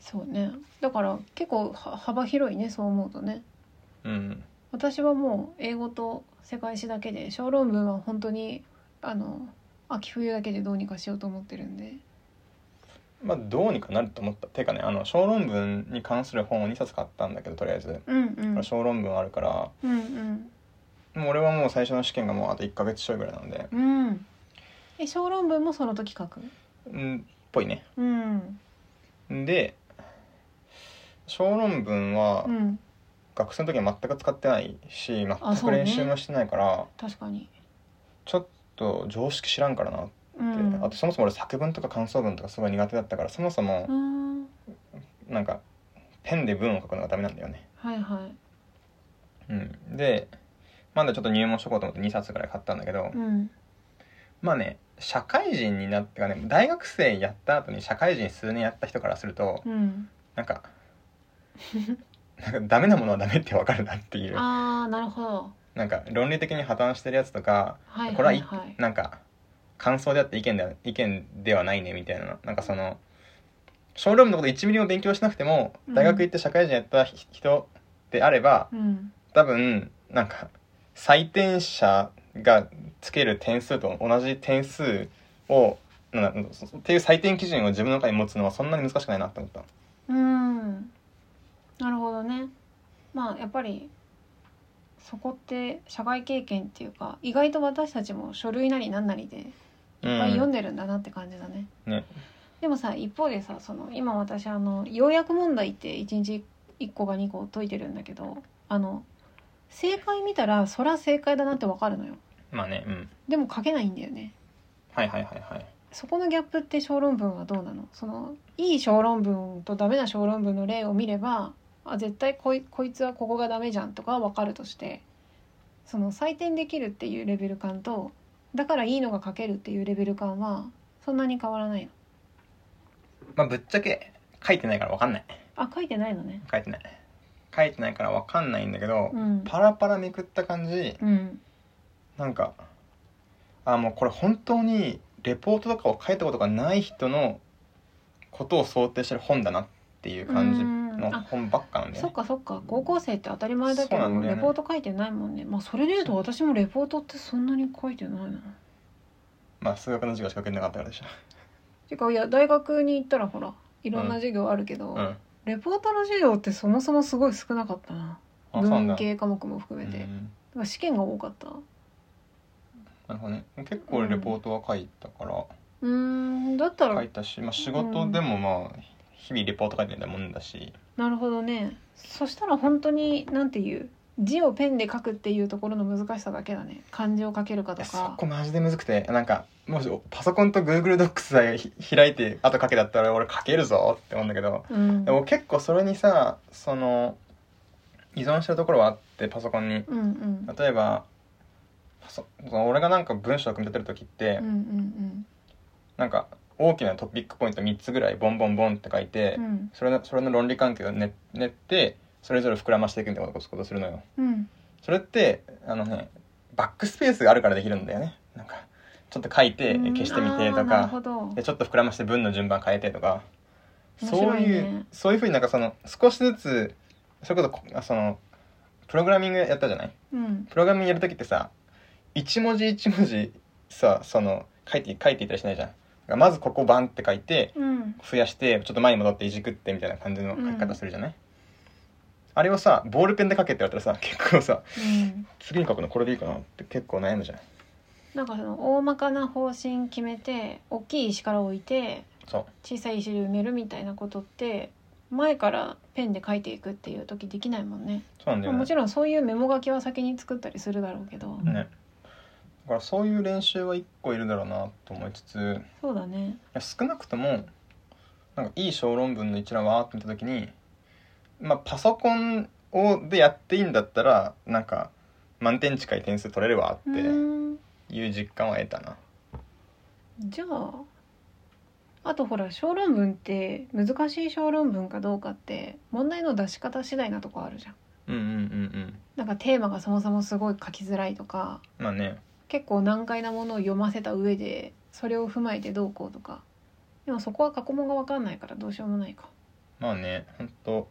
そうねだから結構は幅広いねそう思うとね
うん
私はもう英語と世界史だけで小論文は本当にあの秋冬だけでどうにかしようと思ってるんで
まあどうにかなると思ったていうかねあの小論文に関する本を2冊買ったんだけどとりあえず、
うんうん
小論文あるから
うん
もう俺はもう最初の試験がもうあと1ヶ月ちょいぐらいなんで
うんうんえ小論文もその時書く
うんっぽいね
うん
で小論文は
うん
学生の時は全く使ってないし
あ
全
そ
く
うね
練習もしてないから、
確かに
ちょっと常識知らんからなって、
うん
あとそもそも俺作文とか感想文とかすごい苦手だったからそもそも
うん
なんかペンで文を書くのがダメなんだよね、
はいは
うん、でまだちょっと入門しとこうと思って2冊ぐらい買ったんだけど
い。うん。
まあね社会人になってかね大学生やった後に社会人数年やった人からすると
うん。
なん かなんかダメなものはダメって分かるなっていう
ああ、なるほど。
なんか論理的に破綻してるやつとか
はい
これは
はいいはい。
なんか感想であって意見では意見ではないねみたいななんかそのショールームのこと1ミリも勉強しなくても
うん
大学行って社会人やったひ人であれば
うん。
多分なんか採点者がつける点数と同じ点数をなんだそっていう採点基準を自分の中に持つのはそんなに難しくないなって思った
うん。なるほどね。まあ、やっぱり。そこって社会経験っていうか、意外と私たちも書類なりなんなりで。いっぱい読んでるんだなって感じだね。
ね
でもさ、一方でさ、その今私あの要約問題って一日一個か二個解いてるんだけど。あの。正解見たら、そら正解だなってわかるのよ。
まあねうん
でも書けないんだよね。
はいはいはいはい
そこのギャップって小論文はどうなのそのいい小論文とダメな小論文の例を見ればあ絶対こいこいつはここがダメじゃんとかは分かるとしてその採点できるっていうレベル感とだからいいのが書けるっていうレベル感はそんなに変わらないの
まあぶっちゃけ書いてないから分かんない
あ書いてないのね
書いてない書いてないから分かんないんだけど、
うん
パラパラめくった感じ
うん
なんかあもうこれ本当にレポートとかを書いたことがない人のことを想定してる本だなっていう感じの
うんあ
本ばっかなんだよ
そっ
ね
かそっか高校生って当たり前だけ
そうな
ど
んだよね
レポート書いてないもんねまあそれでいうと私もレポートってそんなに書いてないな
まあ数学の授業しか受けてなかったからでしょ
てかいや大学に行ったらほらいろんな授業あるけど、
うんあ
レポートの授業ってそもそもすごい少なかったな
そうなんだ
文系科目も含
う
めて、だか
ん
ら試験が多かったう
なるほどね結構レポートは書いたから、
ーんだったら、
書いたし、まあ、仕事でもまあ日々レポート書いてるもんだし
なるほどねそしたら本当になんていう字をペンで書くっていうところの難しさだけだね漢字を書けるか
い
と
やそ
か
こマジでむずくてなんかもしパソコンと Google ドックスさえひ開いてあと書けだったら俺書けるぞって思うんだけど
うん
でも結構それにさその依存してるところはあってパソコンに
うんうん
例えばそその俺がなんか文章を組み立てる時って、
うんうん
なんか大きなトピックポイント3つぐらいボンボンボンって書いて、
うんうん
それのそれの論理関係を練練ってそれぞれ膨らましていくみたいなことことするのよ
うん
それってあのねバックスペースがあるからできるんだよねなんかちょっと書いて
うん
消してみて
あー
と
なる
か
ほど
でちょっと膨らまして文の順番変えてとか、
面
そう
白い
い
ね
うそういうふうになんかその少しずつそれこそこあそのプログラミングやったじゃない
うん
プログラミングやる時ってさ一文字一文字さその書いて書いていったりしないじゃんだからまずここバンって書いて
うん
増やしてちょっと前に戻っていじくってみたいな感じの書き方するじゃない、あれをさボールペンで書けって言われたらさ結構さ
うん
次に書くのこれでいいかなって結構悩むじゃん
なんかその大まかな方針決めて大きい石から置いて
そ
小さい石で埋めるみたいなことって前からペンで書いていくっていう時できないもんね、
うそうなんだ
ま
よ
あ、
ね
もちろんそういうメモ書きは先に作ったりするだろうけど、
ねだからそういう練習は一個いるだろうなと思いつつい
そうだね
や少なくともなんかいい小論文の一覧をわーって見た時にまあパソコンをでやっていいんだったらなんか満点近い点数取れるわ
う
って
ーん
いう実感は得たな
じゃああとほら小論文って難しい小論文かどうかって問題の出し方次第なとこあるじゃん
うんうんうんうん
なんかテーマがそもそもすごい書きづらいとか
まあね
結構難解なものを読ませた上でそれを踏まえてどうこうとかでもそこは過去問が分かんないからどうしようもないか
まあねほんと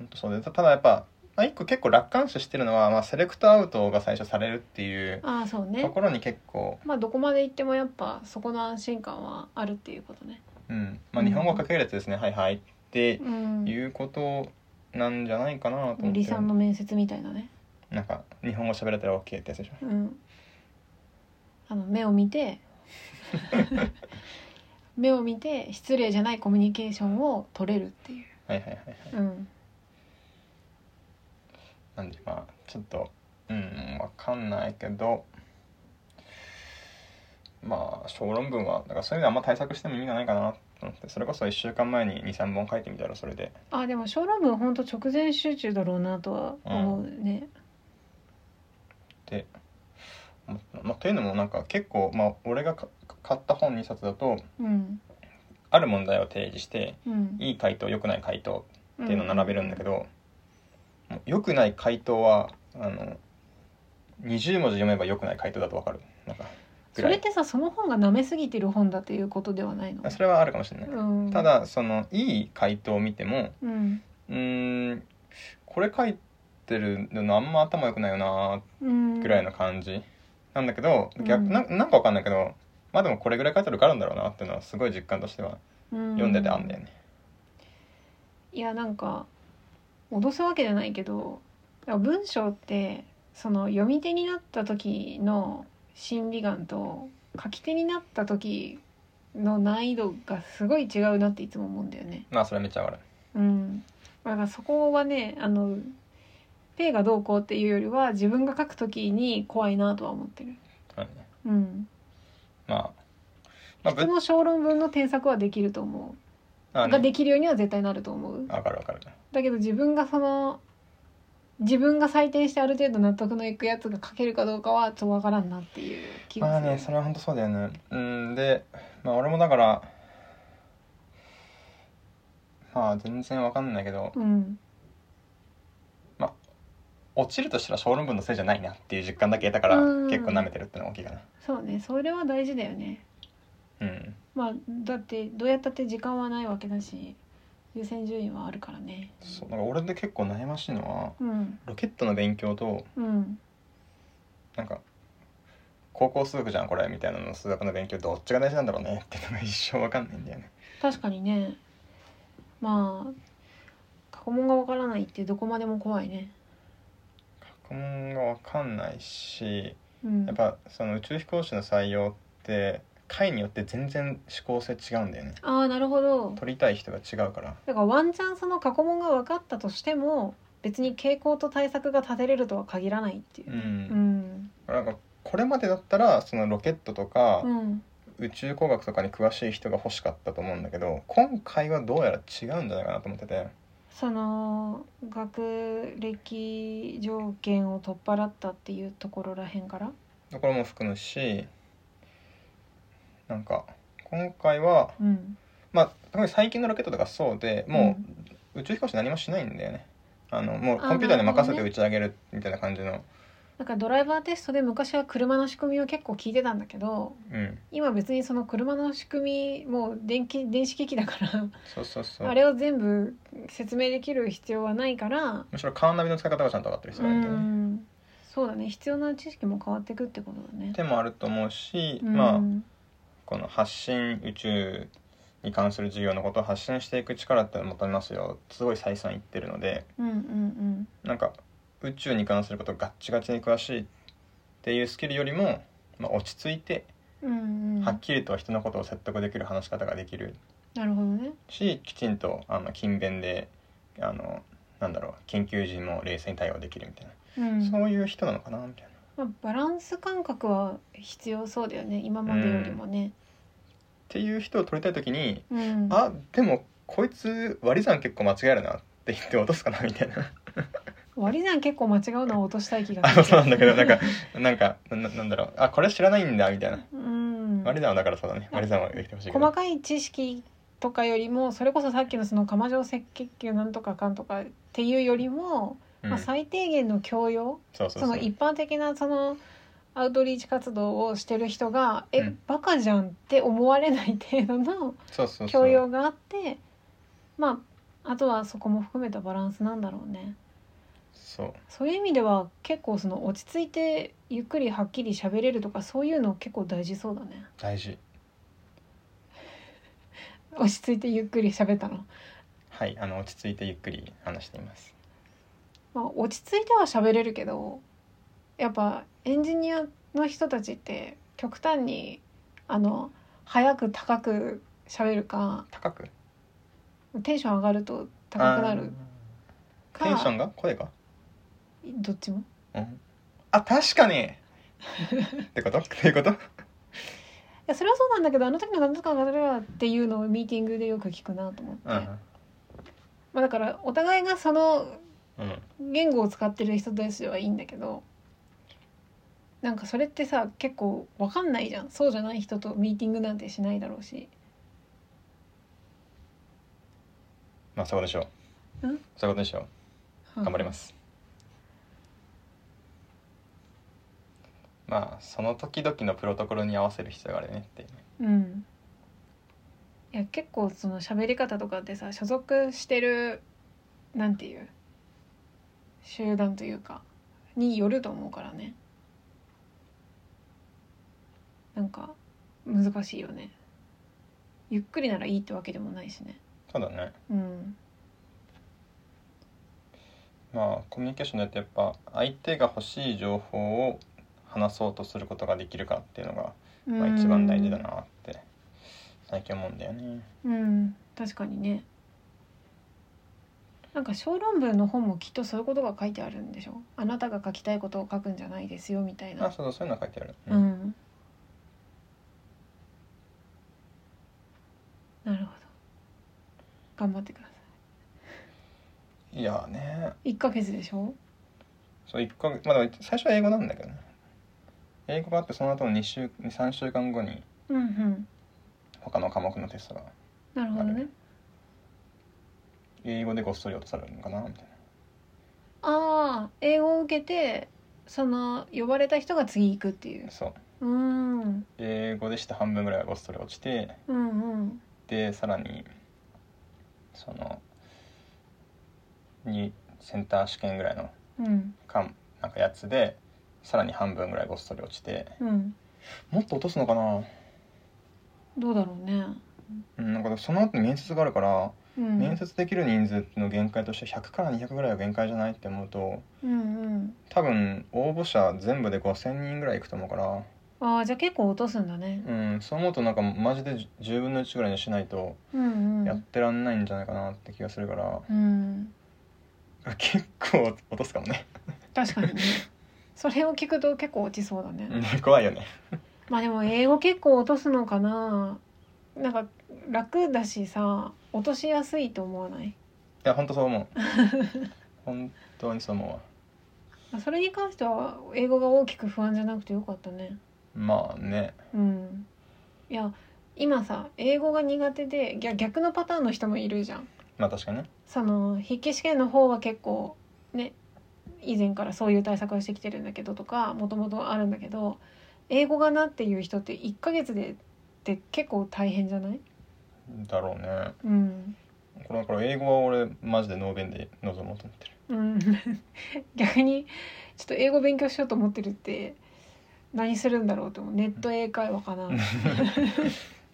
ほんとそうでたただやっぱまあ一個結構楽観視してるのは、まあ、セレクトアウトが最初されるっていう
ああそう
と
ね
ころに結構、
まあどこまで行ってもやっぱそこの安心感はあるっていうことね
うんまあ、日本語書けるやつですね、はいはいって
うん
いうことなんじゃないかなと思って
森さんの面接みたいなね
なんか日本語喋れたら OK ってやつでしょ
うんあの目を見て 目を見て失礼じゃないコミュニケーションを取れるっていう、
はいはいはいはい
うん、
なんでまあちょっとうんわかんないけどまあ小論文はだからそういうのあんま対策しても意味がないかなと思ってそれこそ1週間前に23本書いてみたらそれで
あでも小論文ほんと直前集中だろうなとは思うね、
って思ったまあ、というのもなんか結構、まあ、俺がか買った本2冊だと
うん
ある問題を提示して
うん、
いい回答良くない回答
っ
っていうのを並べるんだけど、もう良くない回答はあの20文字読めば良くない回答だと分かるなんかぐ
そ
ら
れっ
い
てさその本が舐めすぎてる本だっていうことではないの
それはあるかもしれない、
うん、
た、だそのいい回答を見ても
うん
うーんこれ書いてるのあんま頭良くないよな
うん、
ぐらいの感じなんだけど
うん
逆ななんか分かんないけどまあでもこれぐらい書いてあるからあるんだろうなっていうのはすごい実感としては読んでてあんだよね、
いやなんか脅すわけじゃないけど文章ってその読み手になった時の心理眼と書き手になった時の難易度がすごい違うなっていつも思うんだよね。
まあそれはめっちゃ分かる
うん、だからそこはねあのペイがどうこうっていうよりは自分が書く時に怖いなとは思ってる。
そうだね
うん、
まあまあぶ
人の小論文の添削はできると思
あ
う。
ね
ができるようには絶対なると思う。
分かる分かる
だけど自分がその自分が採点してある程度納得のいくやつが書けるかどうかはちょっとわからんなっていう気
ま
が
あ
する、
ねそれは本当そうだよねうんでまあ俺もだからまあ全然わかんないけど
うん
落ちるとしたら小論文のせいじゃないなっていう実感だけ得たから
うん
結構舐めてるってのが大きいかな
そうねそれは大事だよね
うん
まあだってどうやったって時間はないわけだし優先順位はあるからね
そうなんか俺で結構悩ましいのは
うん
ロケットの勉強と
うん
なんか高校数学じゃんこれみたいなの数学の勉強どっちが大事なんだろうねってのが一生わかんないんだよね
確かにねまあ過去問がわからないってどこまでも怖いね
過去問がわかんないし
うん
やっぱその宇宙飛行士の採用って回によって全然思考性違うんだよね
ああなるほど
取りたい人が違うから、
だからワンチャンその過去問が分かったとしても別に傾向と対策が立てれるとは限らないっていうう。うんん、
なんかこれまでだったらそのロケットとか
うん、
宇宙工学とかに詳しい人が欲しかったと思うんだけど今回はどうやら違うんじゃないかなと思ってて
その学歴条件を取っ払ったっていうところらへんから
ところも含むしなんか今回は
うん
まあ特に最近のロケットとかそうでもう宇宙飛行士何もしないんだよねあのもう
あー
コンピューターに任せて
な
打ち上げるみたいな感じの、
なんかドライバーテストで昔は車の仕組みを結構聞いてたんだけど
うん
今別にその車の仕組みもう電気電子機器だから
そうそうそう
あれを全部説明できる必要はないから
むしろカーナビの使い方がちゃんと分かってる必
う
要があるんだよね
んそうだね必要な知識も変わっていくってことだね。
手もあると思うし、
うん
まあこの発信宇宙に関する事業のことを発信していく力っていうのを求めますよすごい再三言ってるので
うんうんうん
なんか宇宙に関することをガッチガチに詳しいっていうスキルよりも、まあ、落ち着いて
うんうん
はっきりと人のことを説得できる話し方ができる
なるほどね。
しきちんとあの勤勉であのなんだろう緊急時も冷静に対応できるみたいな、
うん
そういう人なのかなみたいな。
まあ、バランス感覚は必要そうだよね今までよりもね。
っていう人を取りたい時に
うん、
あでもこいつ割り算結構間違えるなって言って落とすかなみたいな
割り算結構間違うのは落としたい気が
あ
す
の
る。
そうなんだけどなんかなんかなななんだろうあこれ知らないんだみたいな
うん、
割り算はだからそうだね割り算はできてほしいけど
細かい知識とかよりもそれこそさっきのその釜状赤血球なんとかかんとかっていうよりも、
うん
まあ、最低限の教養
そうそう
そ
そ
の
う
一般的なそのアウトリーチ活動をしてる人が「え、
うん
バカじゃん」って思われない程度の
そうそうそ
教
う
養があってまああとはそこも含めたバランスなんだろうね。
そう
そういう意味では結構その落ち着いてゆっくりはっきり喋れるとかそういうの結構大事そうだね。
大事
落ち着いてゆっくり喋ったの。
はいあの落ち着いてゆっくり話しています
まあ、落ち着いては喋れるけどやっぱエンジニアの人たちって極端にあの早く高く喋るか
高く
テンション上がると高くなる
あーテンション
か
が声が
どっちも
うんあ確かにってことっていうこと
いやそれはそうなんだけどあの時の何とかがれはっていうのをミーティングでよく聞くなと思って、
うん
まあ、だからお互いがその
うん
言語を使ってる人同士はいいんだけどなんかそれってさ結構わかんないじゃんそうじゃない人とミーティングなんてしないだろうし
まあそうでしょう
うん
そういうことでしょう頑張りますす、まあその時々のプロトコルに合わせる必要があるよねっていうね
うんいや結構その喋り方とかってさ所属してるなんていう集団というかによると思うからねなんか難しいよねゆっくりならいいってわけでもないしね
そうだね
うん
まあコミュニケーションだとやっぱ相手が欲しい情報を話そうとすることができるかっていうのが、まあ、一番大事だなって最近思うんだよね
うん確かにねなんか小論文の本もきっとそういうことが書いてあるんでしょあなたが書きたいことを書くんじゃないですよみたいな
あそうそうそういうのは書いてある、
う
うん
ん。なるほど。頑張ってくださ
いやーね
い。一ヶ月でしょ？
そう一ヶ月まあでも最初は英語なんだけどね英語があってその後の2週3週間後に
うんうん。
他の科目のテストが
なるほどね。
英語でごっそり落とされるのかなみたいな
ああ、英語を受けてその呼ばれた人が次行くっていう。
そう
うーんうん
英語でした半分ぐらいはごっそり落ちて
うん
でさらにそのにセンター試験ぐらいの
うん
かんなんかやつでさらに半分ぐらいごっそり落ちて
うん。
もっと落とすのかな、
どうだろうね。
うん、なんかその後面接があるから、
うん。
面接できる人数の限界として100から200ぐらいが限界じゃないって思うと
うんうん。
多分応募者全部で5,000人ぐらいいくと思うから、
ああ、じゃあ結構落とすんだね。
うん、そう思うとなんかマジで10分の1ぐらいにしないと
うんうん。
やってらんないんじゃないかなって気がするから、
うん。
結構落とすかもね
確かにね。それを聞くと結構落ちそうだね。
うん怖いよね
まあでも英語結構落とすのかななんか楽だしさ落としやすいと思わない
いや本当そう思う本当にそう思うわ
まあそれに関しては英語が大きく不安じゃなくてよかったね
まあね
うんいや今さ英語が苦手で逆逆のパターンの人もいるじゃん
まあ確かにね
その筆記試験の方は結構ね以前からそういう対策をしてきてるんだけどとかもともとあるんだけど英語がなっていう人って1ヶ月でって結構大変じゃない
だろうね
うん、
これだから英語は俺マジでノーベンで臨もうと思って る
うん、逆にちょっと英語勉強しようと思ってるって何するんだろうと思うネット英会話かなうん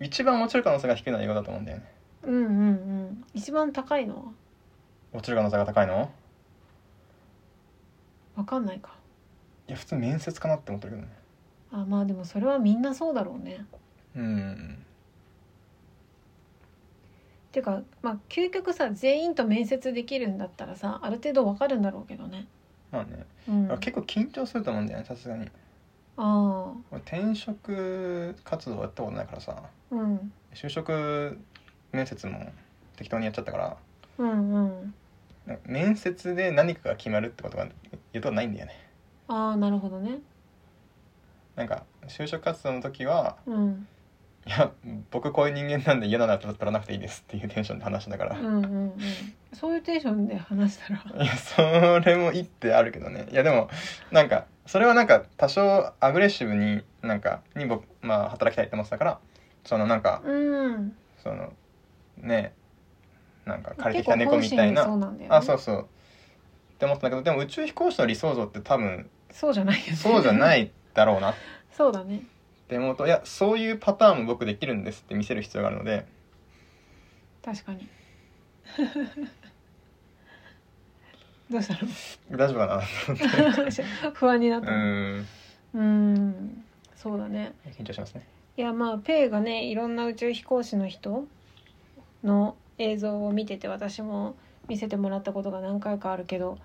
一番落ちる可能性が低いのは英語だと思うんだよね
うんうん一番高いのは
落ちる可能性が高いの
わかんないか
いや普通面接かなって思ってるけどね
あまあでもそれはみんなそうだろうね
うん
てかまあ究極さ全員と面接できるんだったらさある程度わかるんだろうけどね、
まあね、
うん、あ
結構緊張すると思うんだよねさすがに
あ
俺転職活動やったことないからさ
うん
就職面接も適当にやっちゃったから
うんうん
なんか面接で何かが決まるってことが言うとないんだよね
ああなるほどね
なんか就職活動の時は
うん
いや僕こういう人間なんで嫌なら取らなくていいですっていうテンションで話だか
う
ら、
んうんうんそういうテンションで話したら
いやそれもいいってあるけどねいやでもなんかそれはなんか多少アグレッシブになんかに僕まあ働きたいって思ってたからそのなんか
うん
そのねなんか借りて
結
きた
構
猫
本
み
心
たい
に
な
そうなんだよ、ね、
あそうそうって思ってたけどでも宇宙飛行士の理想像って多分
そうじゃないよね
そうじゃないいだろうなっ
そうだね
て思うといやそういうパターンも僕できるんですって見せる必要があるので
確かに どうした
大丈夫かな
の 不安になっ
う
た
ーん
うんそうだね
緊張しますね
いやまあペイがねいろんな宇宙飛行士の人の映像を見てて私も見せてもらったことが何回かあるけど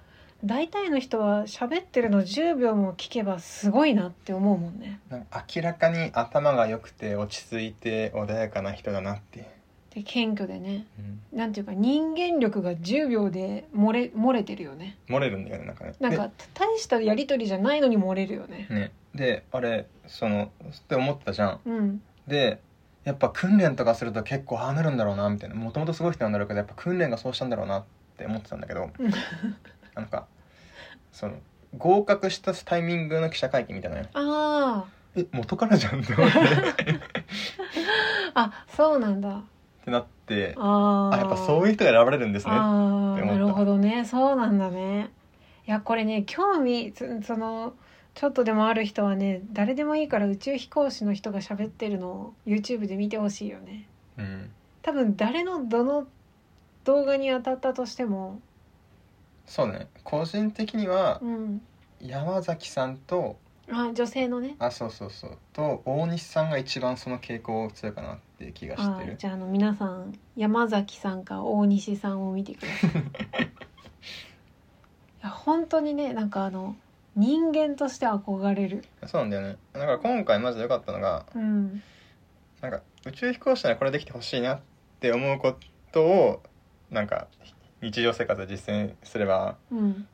大体の人は喋ってるの10秒も聞けばすごいなって思うもんね。
なんか明らかに頭が良くて落ち着いて穏やかな人だなっていう、
で謙虚でね
うん、
なんていうか人間力が10秒で漏れ漏れてるよね。
漏れるんだよねなんかね
なんか大したやり取りじゃないのに漏れるよね。
でねであれそのって思ってたじゃん
うん
でやっぱ訓練とかすると結構ああなるんだろうなみたいなもともとすごい人なんだろうけどやっぱ訓練がそうしたんだろうなって思ってたんだ けど
うん
なんかその合格したタイミングの記者会見みたいなのよ
あ
え元からじゃんって思って
ああそうなんだ。
ってなって
ああ
あやっぱそういう人が選ばれるんですね
あ
って思っ
あな
た
るほどねそうなんだねいやこれね興味つそのちょっとでもある人はね誰でもいいから宇宙飛行士の人が喋ってるのを YouTube で見てほしいよね
うん
多分誰のどの動画に当たったとしても
そうね個人的には
うん
山崎さんと
あ女性のね
あそうそうそうと大西さんが一番その傾向強いかなっていう気がし
あ
てる
じゃああの皆さん山崎さんか大西さんを見てくださいいや本当にねなんかあの人間として憧れる
そうなんだよねだから今回マジで良かったのが
うん
なんか宇宙飛行士ならこれできてほしいなって思うことをなんか日常生活で実践すれば
うん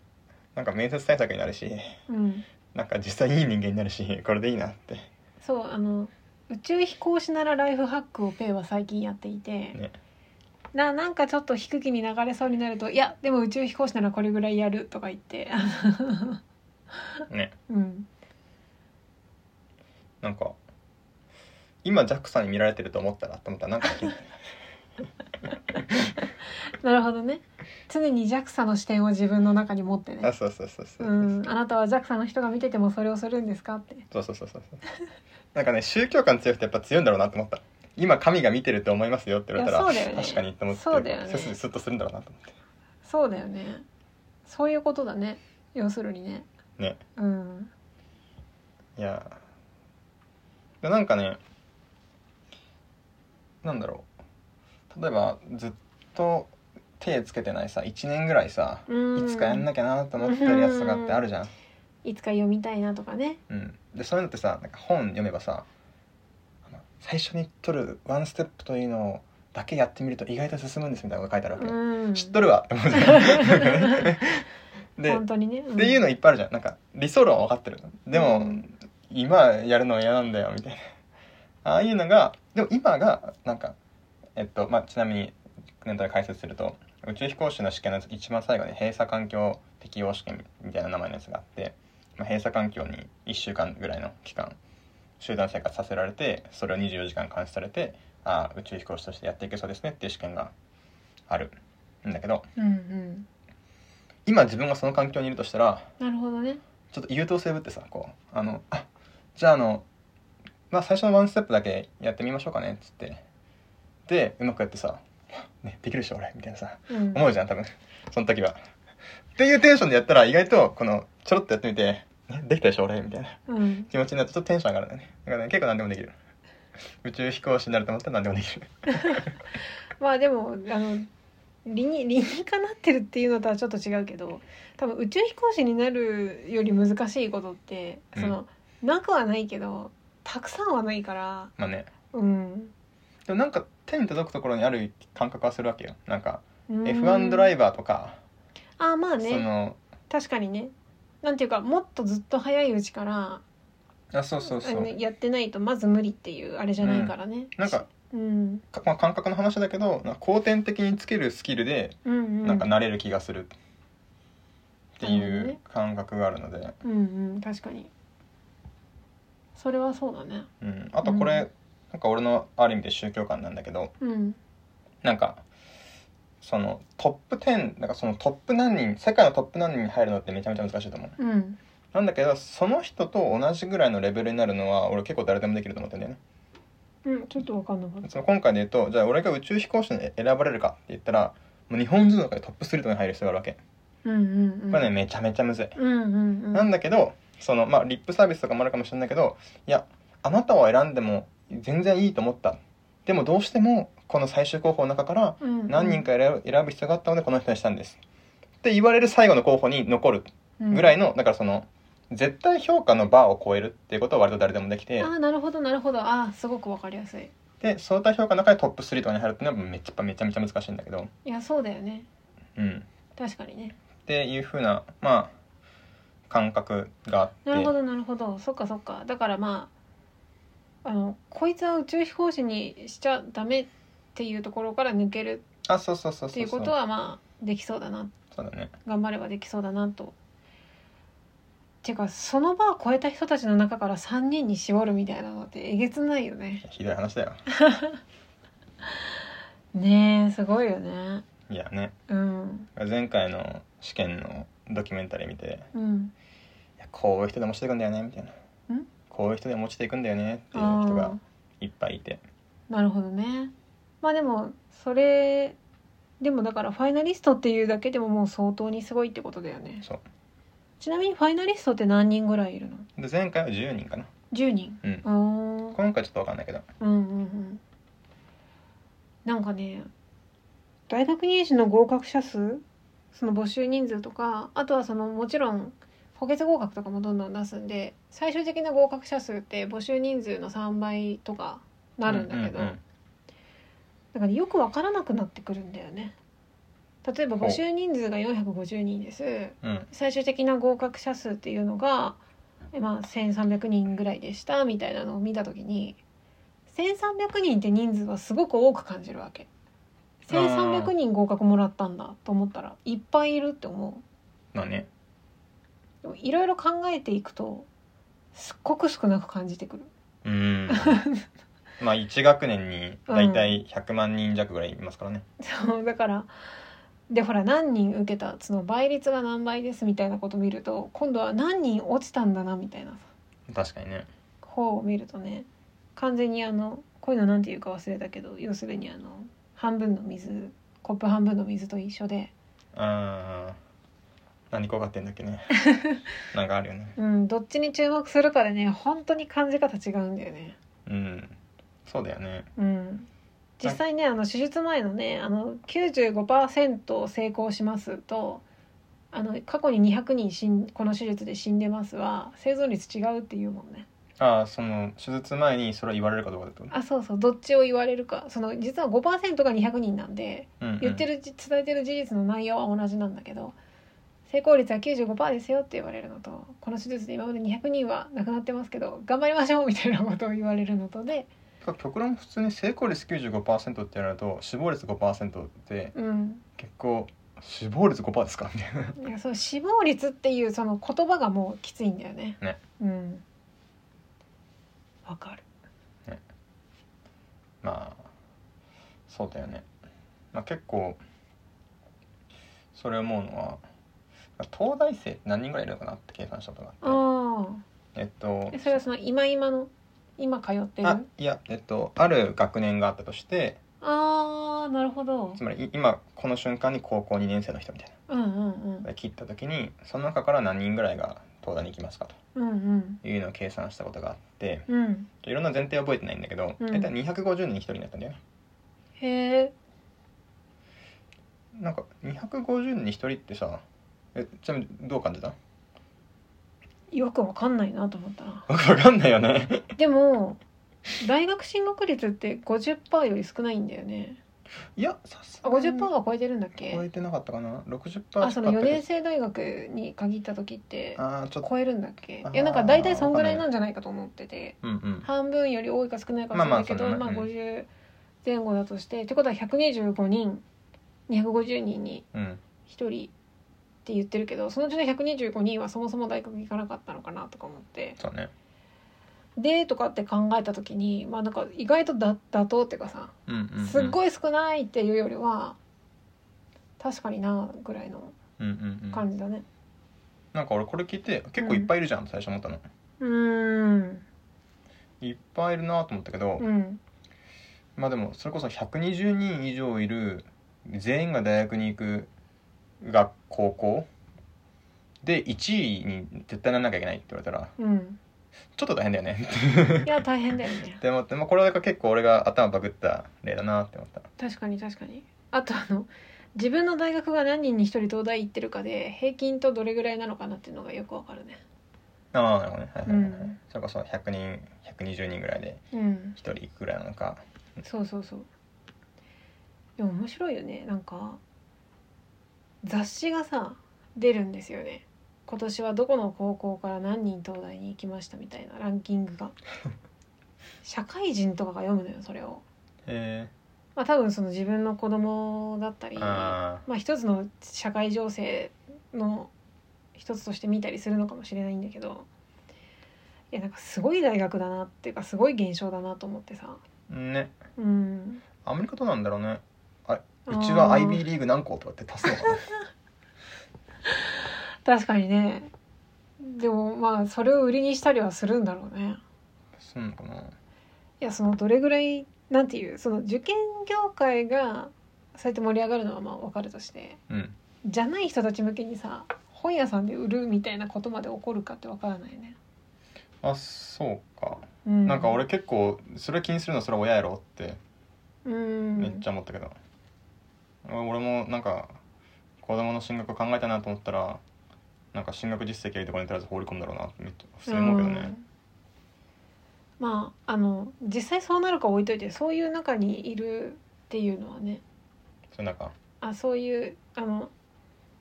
なんか面接対策になるし
うん
なんか実際いい人間になるしこれでいいな って
そうあの宇宙飛行士ならライフハックをペイは最近やっていて、
ね
ななんかちょっと低気に流れそうになると「いやでも宇宙飛行士ならこれぐらいやる」とか言って、
ね
うん、
なんか今ジャックさんに見られてると思ったらと思ったらなんか
なるほどね常に JAXA の視点を自分の中に持って
あ
ね
そうそうそうそうう、
ん、あなたは JAXA の人が見ててもそれをするんですかって
そうそうそうそうそうなんかね宗教感強くてやっぱ強いんだろうなと思った今神が見てると思いますよって言われたら、
いやそうだよね
確かにって思って
そうだよね
背筋スッとするんだろうなと思って
そうだよねそういうことだね要するにね
ね
うん
いやーでなんかねなんだろう例えばずっと手つけてないさ1年ぐらいさ
うん
いつかやんなきゃなと思ってるやつとかってあるじゃん、
いつか読みたいなとかね
うん、でそういうのってさなんか本読めばさあの最初に取るワンステップというのをだけやってみると意外と進むんですみたいなのが書いてあるわけ、
うん
知っとるわって思うじゃんで
本当にね、うん
っていうのいっぱいあるじゃんなんか理想論は分かってるでも、
うん
今やるのは嫌なんだよみたいなああいうのがでも今がなんかえっとまあちなみに年代解説すると宇宙飛行士の試験の一番最後に閉鎖環境適応試験みたいな名前のやつがあって、まあ、閉鎖環境に1週間ぐらいの期間集団生活させられてそれを24時間監視されてああ宇宙飛行士としてやっていけそうですねっていう試験があるんだけど
うんうん
今自分がその環境にいるとしたら
なるほどね
ちょっと優等生ぶってさこうあのあじゃああのまあ最初のワンステップだけやってみましょうかねっつってでうまくやってさ「ねできるでしょ俺」みたいなさ
うん
思うじゃん多分その時は。っていうテンションでやったら意外とこのちょろっとやってみて「ねできたでしょ俺」みたいな
うん
気持ちになってちょっとテンション上がるんだよねだからね結構何でもできる宇宙飛行士になると思ったら何でもできる
まあでもあの理に理にかなってるっていうのとはちょっと違うけど多分宇宙飛行士になるより難しいことってその、なくはないけどたくさんはないから
まあね
うん。
でもなんか手に届くところにある感覚はするわけよなんか
うーん
F1 ドライバーとか、
あまあ
そ
ね
の
確かにねなんていうかもっとずっと早いうちから
あそうそうそ
あの
う
やってないとまず無理っていうあれじゃないからね、
なんか
うん、
かまあ、感覚の話だけどなんか後天的につけるスキルで
うんうん
なんか慣れる気がするって
なるほど
い
ね
う感覚があるので、
うんうん確かにそれはそうだね
うん、あとこれ、
うん
なんか俺のある意味で宗教観なんだけど
うん
なんかそのトップ10なんかそのトップ何人世界のトップ何人に入るのってめちゃめちゃ難しいと思う
うん
なんだけどその人と同じぐらいのレベルになるのは俺結構誰でもできると思ってんだよね
うんちょっと分かんなかった
その今回で言うとじゃあ俺が宇宙飛行士に選ばれるかって言ったらもう日本人の中でトップ3とかに入る人があるわけ
うんうんうん
これねめちゃめちゃむずい
うんうんうん
なんだけどそのまあリップサービスとかもあるかもしれないけどいやあなたを選んでも全然いいと思ったでもどうしてもこの最終候補の中から
うんうん
何人か選ぶ選ぶ必要があったのでこの人にしたんですって言われる最後の候補に残るぐらいの、だからその絶対評価のバーを超えるっていうことは割と誰でもでき
うん
て
あーなるほどなるほどあーすごく分かりやすい
で相対評価の中でトップ3とかに入るっていうのはめっちゃめちゃめちゃ難しいんだけど
いやそうだよね
うん
確かにね
っていうふうなまあ感覚があって
なるほどなるほどそっかそっかだからまああのこいつは宇宙飛行士にしちゃダメっていうところから抜ける
あそうそうそうそう
っていうことはまあできそうだな
そうだね
頑張ればできそうだなと。ていうかその場を超えた人たちの中から3人に絞るみたいなのってえげつないよね
ひどい話だよ
ねえすごいよね
いやね
うん
前回の試験のドキュメンタリー見て
うん
いやこういう人でも落ちていくんだよねみたいなんこういう人でも落ちていくんだよねっていう
あ
人
あ
がいっぱいいて
なるほどねまあでもそれでもだからファイナリストっていうだけでももう相当にすごいってことだよね
そう
ちなみにファイナリストって何人ぐらいいるの
で前回は10人かな
?10 人
うん
あー
今回ちょっと分かんないけど
うんうんうんなんかね大学入試の合格者数その募集人数とかあとはそのもちろん補欠合格とかもどんどん出すんで最終的な合格者数って募集人数の3倍とかなるんだけど、
うううん
だからよくわからなくなってくるんだよね例えば募集人数が450人です
うん
最終的な合格者数っていうのが、えまあ、1,300人ぐらいでしたみたいなのを見た時に1,300人って人数はすごく多く感じるわけ1,300人合格もらったんだと思ったらいっぱいいるって思
まあね
うでもいろいろ考えていくとすっごく少なく感じてくる
うんまあ1学年に大体100万人弱ぐらいいますからね
そうだからでほら何人受けたその倍率が何倍ですみたいなこと見ると今度は何人落ちたんだなみたいな
確かにね
方を見るとね完全にあのこういうのなんていうか忘れたけど要するにあの半分の水コップ半分の水と一緒で、
あー何怖がってんだっけ ねなんかあるよね
うん、どっちに注目するかでね本当に感じ方違うんだよね。
うんそうだよね
うん実際ねあの手術前のねあの95%成功しますとあの過去に200人死んこの手術で死んでますは生存率違うっていうもんね
ああその手術前にそれを言われるかどうかだってこと
あそうそうどっちを言われるかその実は5%が200人なんで言って
る
るじ伝えてる事実の内容は同じなんだけど成功率は95%ですよって言われるのとこの手術で今まで200人は亡くなってますけど頑張りましょうみたいなことを言われるのとで、
てか極論普通に成功率95%ってやられると死亡率5%って
うん、
結構死亡率5%ですかみたいな
いやそう死亡率っていうその言葉がもうきついんだよね。
ね
うん。わかる。
まあそうだよね、まあ、結構それ思うのは東大生って何人ぐらいいるのかなって計算したことがあって
あ
えっと
あ。えそれはその今今の今通ってる。
あ
あ
いやえっとある学年があったとして
あーなるほど
つ。まりい今この瞬間に高校2年生の人みたい
うんうんうん
なで切った時にその中から何人ぐらいが東大に行きますか
うんうん
というのを計算したことがあって
うん。
いろんな前提は覚えてないんだけど、
うん
大体250人に1人になったんだよね
へえ。
なんか250人に1人ってさえちなみにどう感じた
よくわかんないなと思ったな。
わかんないよね
でも大学進学率って50%より少ないんだよね。
いやさす
あ
がに
50%は超えてるんだっ
超え
け？
てなかったかな60%
あその
近
4
くだ
年
ったけ
生大学に限った時って
ど。あーちょっと
超えるんだっけ
あー
いやなんか大体そんぐらいなんじゃないかと思ってて
うんうん
半分より多いか少ないかもしれないけど、
まあ
まあ
まあそうだね
50前後だとしてってことは125人250人に
うん
1人って言ってるけどそのうちの125人はそもそも大学に行かなかったのかなとか思って
そうね
でとかって考えた時にまあなんか意外とだ妥当っていうかさ
うんうん、うん、
すっごい少ないっていうよりは確かになぐらいの
うんうんうん
感じだね。
なんか俺これ聞いて結構いっぱいいるじゃん、最初思ったの
うーん
いっぱいいるなと思ったけど、
うん
まあでもそれこそ120人以上いる全員が大学に行く学高校で1位に絶対ならなきゃいけないって言われたら
うん
ちょっと大変だよね
いや大変だよね
っ。て思って、まあ、これが結構俺が頭バグった例だなって思った
確かに確かにあとあの自分の大学が何人に一人東大行ってるかで平均とどれぐらいなのかなっていうのがよくわかるね
ああなるほどねはいはいはい、は
う
い
ん
それこそ100人120人ぐらいで
うん
1人いくぐらいなのか
そうそうそうでも面白いよねなんか雑誌がさ出るんですよね今年はどこの高校から何人東大に行きましたみたいなランキング が社会人とかが読むのよそれを
へ
まあ多分その自分の子供だった
え
り
あ
まあ、一つの社会情勢の一つとして見たりするのかもしれないんだけどいやなんかすごい大学だなっていうかすごい現象だなと思ってさ
あね
うん
アメリカどうなんだろうね
あー
うちは IB リーグ何校とかって足すのかな
確かにねでもまあそれを売りにしたりはするんだろうね
すんのかない
やそのどれぐらいなんていうその受験業界がそうやって盛り上がるのはまあ分かるとして
うん
じゃない人たち向けにさ本屋さんで売るみたいなことまで起こるかって分からないね、
あそうか
う
なんか俺結構それ気にするのそれ親やろって
うん
めっちゃ思ったけど、俺もなんか子供の進学考えたなと思ったらなんか進学実績やりとかにとりあえず放り込むだろうなってめっちゃ普通に思うけど
う
ね
んまああの実際そうなるか置いといてそういう中にいるっていうのはね
それなんか
あそういうあの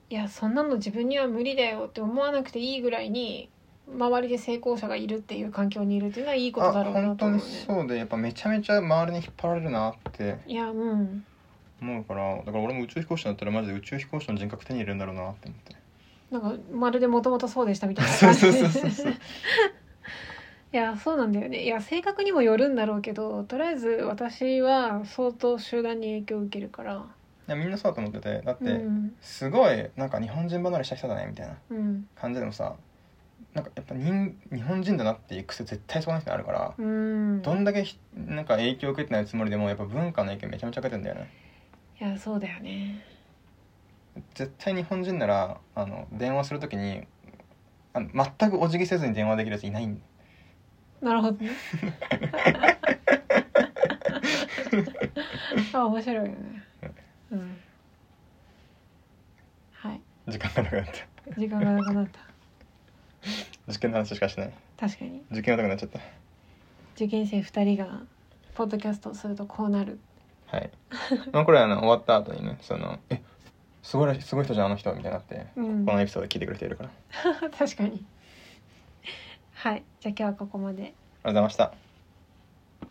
いやそんなの自分には無理だよって思わなくていいぐらいに周りで成功者がいるっていう環境にいるっていうのはいいこと
あ
だろうな
本当
と思う
に
ね。
そうでやっぱめちゃめちゃ周りに引っ張られるなって
いやうん
思うからだから俺も宇宙飛行士になったらマジで宇宙飛行士の人格手に入れるんだろうなって思っ て
なんかまるでもともとそうでしたみたいな
そう
感じ
そうそうそうそう
いやそうなんだよねいや性格にもよるんだろうけどとりあえず私は相当集団に影響を受けるから。
いやみんなそうだと思っててだって、
うん
すごいなんか日本人離れした人だねみたいな
うん
感じでもさなんかやっぱ人日本人だなっていう癖絶対そこの人にあるから、
うん
どんだけひなんか影響を受けてないつもりでもやっぱ文化の影響めちゃめちゃ受けてんだよね
いやそうだよね
絶対日本人ならあの電話するときにあの全くお辞儀せずに電話できるやついない ん
なるほ どねあ面白いよねうんはい
時間がなくなった
時間がなくなった
受験の話しかしない
確かに
受験がなくなっちゃっ
受験生2人がポッドキャストをするとこうなる
たはいまあこれはあの終わった後にねそのえすごいらすごい人じゃんあの人みたいになって、
うん
こ のエピソード聞いてくれているからあり
確かにはいじゃあ今日はここまで
がとうございました